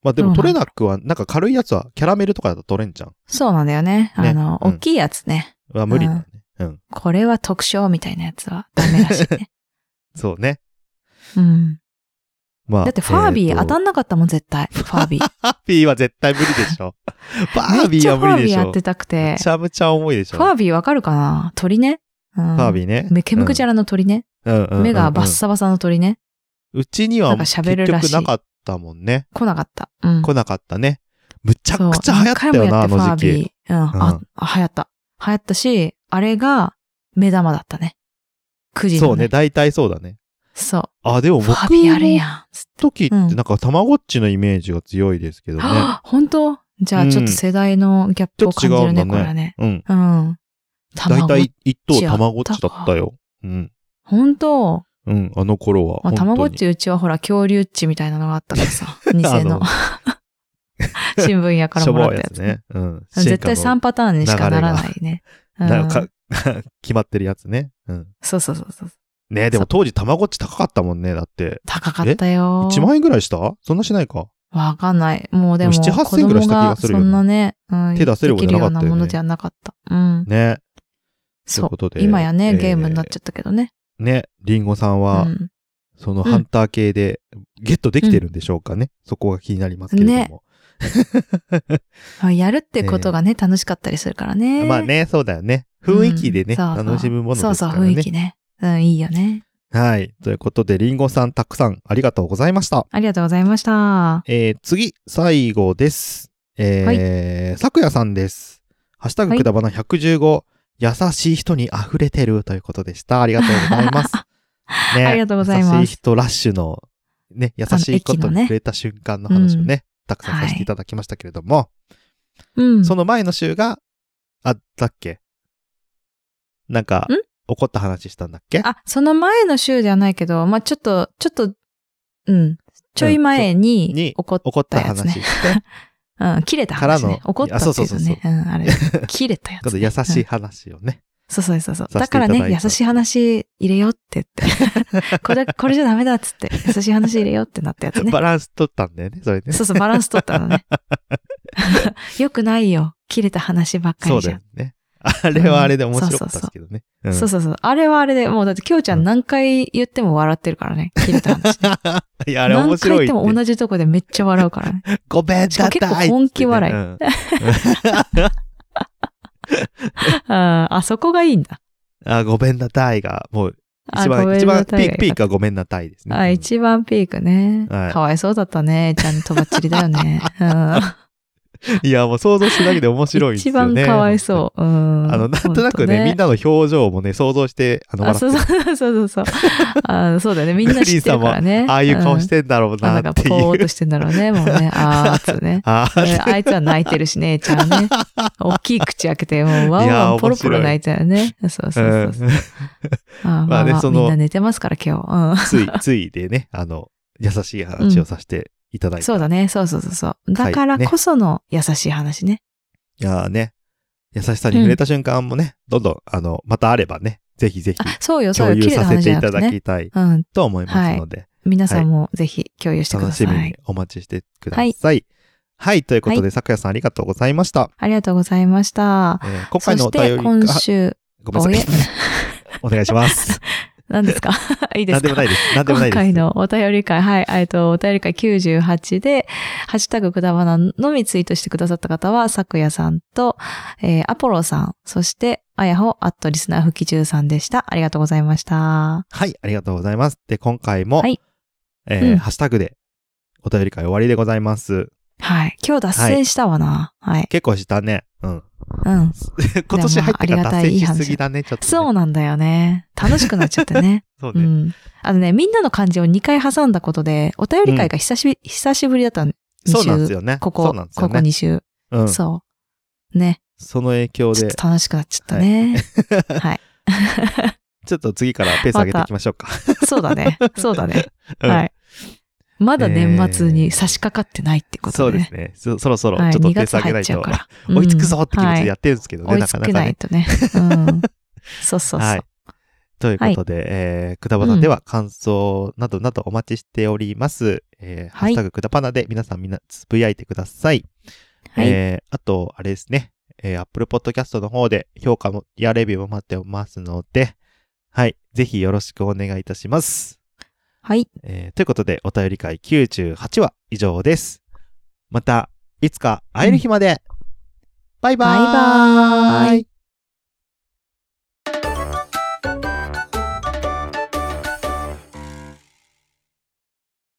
Speaker 1: まあでも
Speaker 2: どう
Speaker 1: 取
Speaker 2: な
Speaker 1: れ
Speaker 2: んだろ
Speaker 1: なくは、なんか軽いやつはキャラメルとかだと取れんじゃん。
Speaker 2: そうなんだよね。あの、
Speaker 1: うん
Speaker 2: 大きいやつね。
Speaker 1: は無理だよね。うん。
Speaker 2: これは特賞みたいなやつはダメらし いね。
Speaker 1: そうね。
Speaker 2: うん。
Speaker 1: まあ。
Speaker 2: だってファービー当た
Speaker 1: ん
Speaker 2: んなかったもん、絶対。ファービー。
Speaker 1: ファービーは絶対無理でしょ。 ファー
Speaker 2: め
Speaker 1: ビ
Speaker 2: っち
Speaker 1: ー
Speaker 2: ゃ
Speaker 1: は
Speaker 2: フ
Speaker 1: 無
Speaker 2: ァー
Speaker 1: 理
Speaker 2: ビ
Speaker 1: でし
Speaker 2: ーや
Speaker 1: ょ
Speaker 2: って。たくて
Speaker 1: め。ちゃめちゃ重いでしょ。
Speaker 2: ファービーわかるかな鳥ね。フ
Speaker 1: ファー
Speaker 2: ァ
Speaker 1: ビーね。
Speaker 2: めケムクジャラの鳥ね。
Speaker 1: うんうんうんうん
Speaker 2: 目がバッサバサの鳥ね。
Speaker 1: うちに
Speaker 2: な
Speaker 1: は
Speaker 2: んか
Speaker 1: 結
Speaker 2: 喋るらし
Speaker 1: 局
Speaker 2: い
Speaker 1: なかったもんね。
Speaker 2: 来なかった。うん。
Speaker 1: 来なかったね。むちゃくちゃ
Speaker 2: そう
Speaker 1: 流行ったよな、あ
Speaker 2: 何回もや
Speaker 1: の
Speaker 2: っ
Speaker 1: 時
Speaker 2: て
Speaker 1: 期。
Speaker 2: ファービーうん。
Speaker 1: う
Speaker 2: あ
Speaker 1: ん、
Speaker 2: あ流行った。流行ったし、あれが目玉だったね。9時の、ね。
Speaker 1: そうね、。大体そうだね。
Speaker 2: そ
Speaker 1: あ、でも
Speaker 2: う。
Speaker 1: 僕
Speaker 2: ファービーあれや
Speaker 1: の
Speaker 2: ん。つって
Speaker 1: 時って
Speaker 2: うん
Speaker 1: なんかたまごっちのイメージが強いですけどね。
Speaker 2: あ本当じゃあちょっと世代のギャップを感じる
Speaker 1: うん
Speaker 2: ね、
Speaker 1: ちょっと違うん
Speaker 2: こ
Speaker 1: だね
Speaker 2: れはね。
Speaker 1: うん。
Speaker 2: うん。
Speaker 1: だい
Speaker 2: 卵
Speaker 1: た。い一等卵っちだったよ。うん。
Speaker 2: 本当
Speaker 1: うん、あの頃は。
Speaker 2: まあ、たまごっ
Speaker 1: 本
Speaker 2: ちうちはほら、恐竜っちみたいなのがあったか らさ、偽
Speaker 1: あ
Speaker 2: の
Speaker 1: の
Speaker 2: 新聞屋
Speaker 1: 当
Speaker 2: か
Speaker 1: に
Speaker 2: ら
Speaker 1: しょ
Speaker 2: もらっ
Speaker 1: ぼ
Speaker 2: た
Speaker 1: い
Speaker 2: や
Speaker 1: や
Speaker 2: つ。
Speaker 1: つね。うん。
Speaker 2: 絶対3パターンにしかならないね。うん
Speaker 1: なんか、 決まってるやつね。うん。
Speaker 2: そうそうそうそう。
Speaker 1: ねでも当時たまごっち高かったもんね。だって、
Speaker 2: 高かったよ。
Speaker 1: 1万円ぐらいしたそんなしないか。
Speaker 2: わかんない。もうでも、
Speaker 1: でも7 8
Speaker 2: 子
Speaker 1: 千ぐらい
Speaker 2: 供
Speaker 1: した気
Speaker 2: が
Speaker 1: がするよ
Speaker 2: そ
Speaker 1: ね
Speaker 2: んなね、うん、
Speaker 1: 手出せるもん
Speaker 2: で
Speaker 1: じ
Speaker 2: き
Speaker 1: ゃ
Speaker 2: る
Speaker 1: な
Speaker 2: よ
Speaker 1: か
Speaker 2: う
Speaker 1: っ
Speaker 2: な
Speaker 1: たよね
Speaker 2: ものじゃなかった。うん。
Speaker 1: ね
Speaker 2: そ
Speaker 1: ということで
Speaker 2: 今や
Speaker 1: え
Speaker 2: ね、
Speaker 1: ー
Speaker 2: ゲームになっちゃったけどね。
Speaker 1: ね、リンゴさん
Speaker 2: う
Speaker 1: は、
Speaker 2: ん。
Speaker 1: そのハンター系でゲットできてるんでしょうかね。そこが気になりますけれども。
Speaker 2: まあやるってことがね、楽しかったりするからね。
Speaker 1: まあね、そうだよね。雰囲気でね、
Speaker 2: うんそうそう
Speaker 1: 楽しむものですか
Speaker 2: そ
Speaker 1: ら
Speaker 2: うそう、雰
Speaker 1: ね
Speaker 2: 囲。気ね。うん、いいよね。
Speaker 1: はい。ということで、リンゴさんたくさんありがとうございました。
Speaker 2: ありがとうございました。
Speaker 1: えー次、最後です。えー、さくやさんです。ハッシュタグ
Speaker 2: はい
Speaker 1: くだばな115、優しい人に溢れてるということでした。ありがとうござい ます。ね
Speaker 2: ありがとうございます
Speaker 1: 優しい人ラッシュの、ね、優しいこと
Speaker 2: あの駅の
Speaker 1: に
Speaker 2: ね
Speaker 1: 触れた瞬間の話をね、たくさんさせていただきましたけれども、
Speaker 2: うん。
Speaker 1: その前の週が、あ、だっけなんか
Speaker 2: ん、
Speaker 1: 怒った話したんだっけ
Speaker 2: あ、その前の週じゃないけど、まあ、ちょっと、ちょっと、うん。ちょい前
Speaker 1: に
Speaker 2: に怒っ
Speaker 1: 怒った
Speaker 2: たやつ
Speaker 1: 話
Speaker 2: ね。
Speaker 1: して、
Speaker 2: うん、切れた話
Speaker 1: か
Speaker 2: ね。
Speaker 1: らの
Speaker 2: 怒ったって
Speaker 1: あそうそうそ
Speaker 2: いうと
Speaker 1: うそう
Speaker 2: ね。うん、あれ。切れたや
Speaker 1: ちょっ
Speaker 2: つ
Speaker 1: と
Speaker 2: ね。
Speaker 1: 優しい
Speaker 2: うん。
Speaker 1: 話をね。
Speaker 2: そうそうそうそう。
Speaker 1: させていただいた
Speaker 2: だからね、優しい話入れようって 言って。これ、これじゃダメだっつって。優しい話入れようってなったやつね。
Speaker 1: バランス取ったんだよね、それね。
Speaker 2: そうそう、バランス取った のね。よくないよ。切れた話ばっか
Speaker 1: そう
Speaker 2: りじ
Speaker 1: だ
Speaker 2: ゃ
Speaker 1: よ
Speaker 2: ん。
Speaker 1: ね。あれはあれで面白かったですけどね。うん
Speaker 2: そうそうそう。あれはあれで、もうだって、きょうちゃん何回言っても笑ってるから ね。切れた話。
Speaker 1: いや、あれ面
Speaker 2: 何回
Speaker 1: 白
Speaker 2: 言
Speaker 1: い
Speaker 2: っ
Speaker 1: ってて。
Speaker 2: も同じとこでめっちゃ笑うか らね。
Speaker 1: ごめん
Speaker 2: しか
Speaker 1: な
Speaker 2: も結構
Speaker 1: さい
Speaker 2: 本気笑い
Speaker 1: うん
Speaker 2: うんあ、そこがいいんだ。
Speaker 1: あ、ごめんなさいが、もう、
Speaker 2: あ
Speaker 1: 一
Speaker 2: ご
Speaker 1: 番、
Speaker 2: め
Speaker 1: 一
Speaker 2: んな
Speaker 1: 番、ピ
Speaker 2: さい
Speaker 1: ーク、ピークがごめんなさいですね。
Speaker 2: あ、一番ピークね。
Speaker 1: はい
Speaker 2: かわいそうだったね。ちゃんとばっちりだよ ね。
Speaker 1: いや、もう想像するだけで面
Speaker 2: う
Speaker 1: 白い
Speaker 2: ん、
Speaker 1: です
Speaker 2: 一
Speaker 1: よ
Speaker 2: 番
Speaker 1: ね。
Speaker 2: かわいそう。うん。
Speaker 1: あの、なんとなくね、みん
Speaker 2: な。
Speaker 1: なの表情もね、想像して、あの、
Speaker 2: あ、
Speaker 1: 笑
Speaker 2: そう
Speaker 1: っ
Speaker 2: そう そうそうそう。あそうだよね。みんな知ってるからね。
Speaker 1: て。。ああいう顔しててんだろう
Speaker 2: あな
Speaker 1: なん
Speaker 2: か
Speaker 1: ってい
Speaker 2: ポーっ
Speaker 1: う。
Speaker 2: としてんだろうね。もうね。あーつね。
Speaker 1: あー
Speaker 2: ねあいつは泣いてるしね、ちゃんね。大きい口開けて、もうワン
Speaker 1: いやー
Speaker 2: ワン
Speaker 1: 面白い
Speaker 2: ポロポロ泣いたよね。そうそうそうそう。あー
Speaker 1: ま
Speaker 2: ま
Speaker 1: あ
Speaker 2: あ
Speaker 1: ね
Speaker 2: まあ
Speaker 1: その
Speaker 2: みんな寝てますから今日。うん。
Speaker 1: つい、ついでね、あの、優しい話をさせていただいて
Speaker 2: そうだね。そうそうそうそう。だからこその優しい話ね。
Speaker 1: いやーね、優しさに触れた瞬間もね、どんどん、あの、またあればね、ぜひぜひ
Speaker 2: あ、そうよ、そう
Speaker 1: 共
Speaker 2: よ。
Speaker 1: 有
Speaker 2: 綺麗な
Speaker 1: させ
Speaker 2: 話
Speaker 1: て
Speaker 2: じ
Speaker 1: い
Speaker 2: ゃな
Speaker 1: た
Speaker 2: くて
Speaker 1: だ
Speaker 2: ね。
Speaker 1: きたい
Speaker 2: うん。
Speaker 1: と思いますので、
Speaker 2: 皆さんもぜひ共有してくだ
Speaker 1: 楽
Speaker 2: さ
Speaker 1: し
Speaker 2: い。
Speaker 1: みにお待ちしてください。はい、ということで、さくやさんありがとうございました。
Speaker 2: ありがとうございました。
Speaker 1: えー今
Speaker 2: そ
Speaker 1: 回のお
Speaker 2: し
Speaker 1: 便
Speaker 2: て
Speaker 1: り
Speaker 2: 今
Speaker 1: あ
Speaker 2: 週、
Speaker 1: ごめんなさい。お願いします。
Speaker 2: 何ですかい いで
Speaker 1: 何
Speaker 2: す
Speaker 1: でも
Speaker 2: か
Speaker 1: ないです。何でもな
Speaker 2: 今
Speaker 1: いです。
Speaker 2: 回のお便り会、はい、えっと、お便り会98で、ハッシュタグくだばなのみツイートしてくださった方は、さくやさんと、えーアポロさん、そして、あやほ、アットリスナーふきじゅうさんでした。ありがとうございました。
Speaker 1: はい、ありがとうございます。で、今回も、
Speaker 2: はい
Speaker 1: えー
Speaker 2: うん
Speaker 1: ハッシュタグで、お便り会終わりでございます。
Speaker 2: はい。今日脱線したわな。はい。
Speaker 1: 結構したね。うん。
Speaker 2: うん。
Speaker 1: 今年入ってから脱線しすぎだね、ちょっとね、
Speaker 2: そうなんだよね。楽しくなっちゃってね。
Speaker 1: そう
Speaker 2: う
Speaker 1: ね。
Speaker 2: ん。あのね、みんなの漢字を2回挟んだことで、お便り会が久しぶり、久しぶりだったの。二週
Speaker 1: そうなんですよね。
Speaker 2: こ
Speaker 1: そ
Speaker 2: こ、
Speaker 1: うなんですよ
Speaker 2: こ
Speaker 1: ね。
Speaker 2: こ2週。
Speaker 1: うん。
Speaker 2: そう。ね。
Speaker 1: その影響
Speaker 2: ちょっ
Speaker 1: で、
Speaker 2: と楽しくなっちゃったね。はい。
Speaker 1: ちょっと次からペース上げていきましょうか。
Speaker 2: そうだね。そうだね。
Speaker 1: うん
Speaker 2: はい。まだ年末に差し掛かってないってこと
Speaker 1: そう
Speaker 2: で
Speaker 1: で
Speaker 2: ね
Speaker 1: す。ね。そそろそろ、ちょ
Speaker 2: は
Speaker 1: っ
Speaker 2: い。
Speaker 1: と
Speaker 2: 2
Speaker 1: ペース
Speaker 2: 月
Speaker 1: 上げな
Speaker 2: 入
Speaker 1: い
Speaker 2: っ
Speaker 1: と、
Speaker 2: ちゃうから。う ん
Speaker 1: 追いつくぞって気持ちでやってるんですけどね、
Speaker 2: 追い
Speaker 1: な
Speaker 2: つ
Speaker 1: かな
Speaker 2: け
Speaker 1: か
Speaker 2: ない
Speaker 1: ね。
Speaker 2: とね。うん。そうそう
Speaker 1: は
Speaker 2: そ。
Speaker 1: いうということで、えー、くだばなでは感想などなどお待ちしております。えー、ハッシュタグくだばなで皆さんみんなつぶやいてください。
Speaker 2: はい。
Speaker 1: えー、あと、あれですね。えー、Apple Podcast の方で評価もやレビューも待ってますので、はい。ぜひよろしくお願いいたします。
Speaker 2: はい。
Speaker 1: えーということで、お便り会98話以上です。また、いつか会える日まで、バイバーイ
Speaker 2: バイバーイ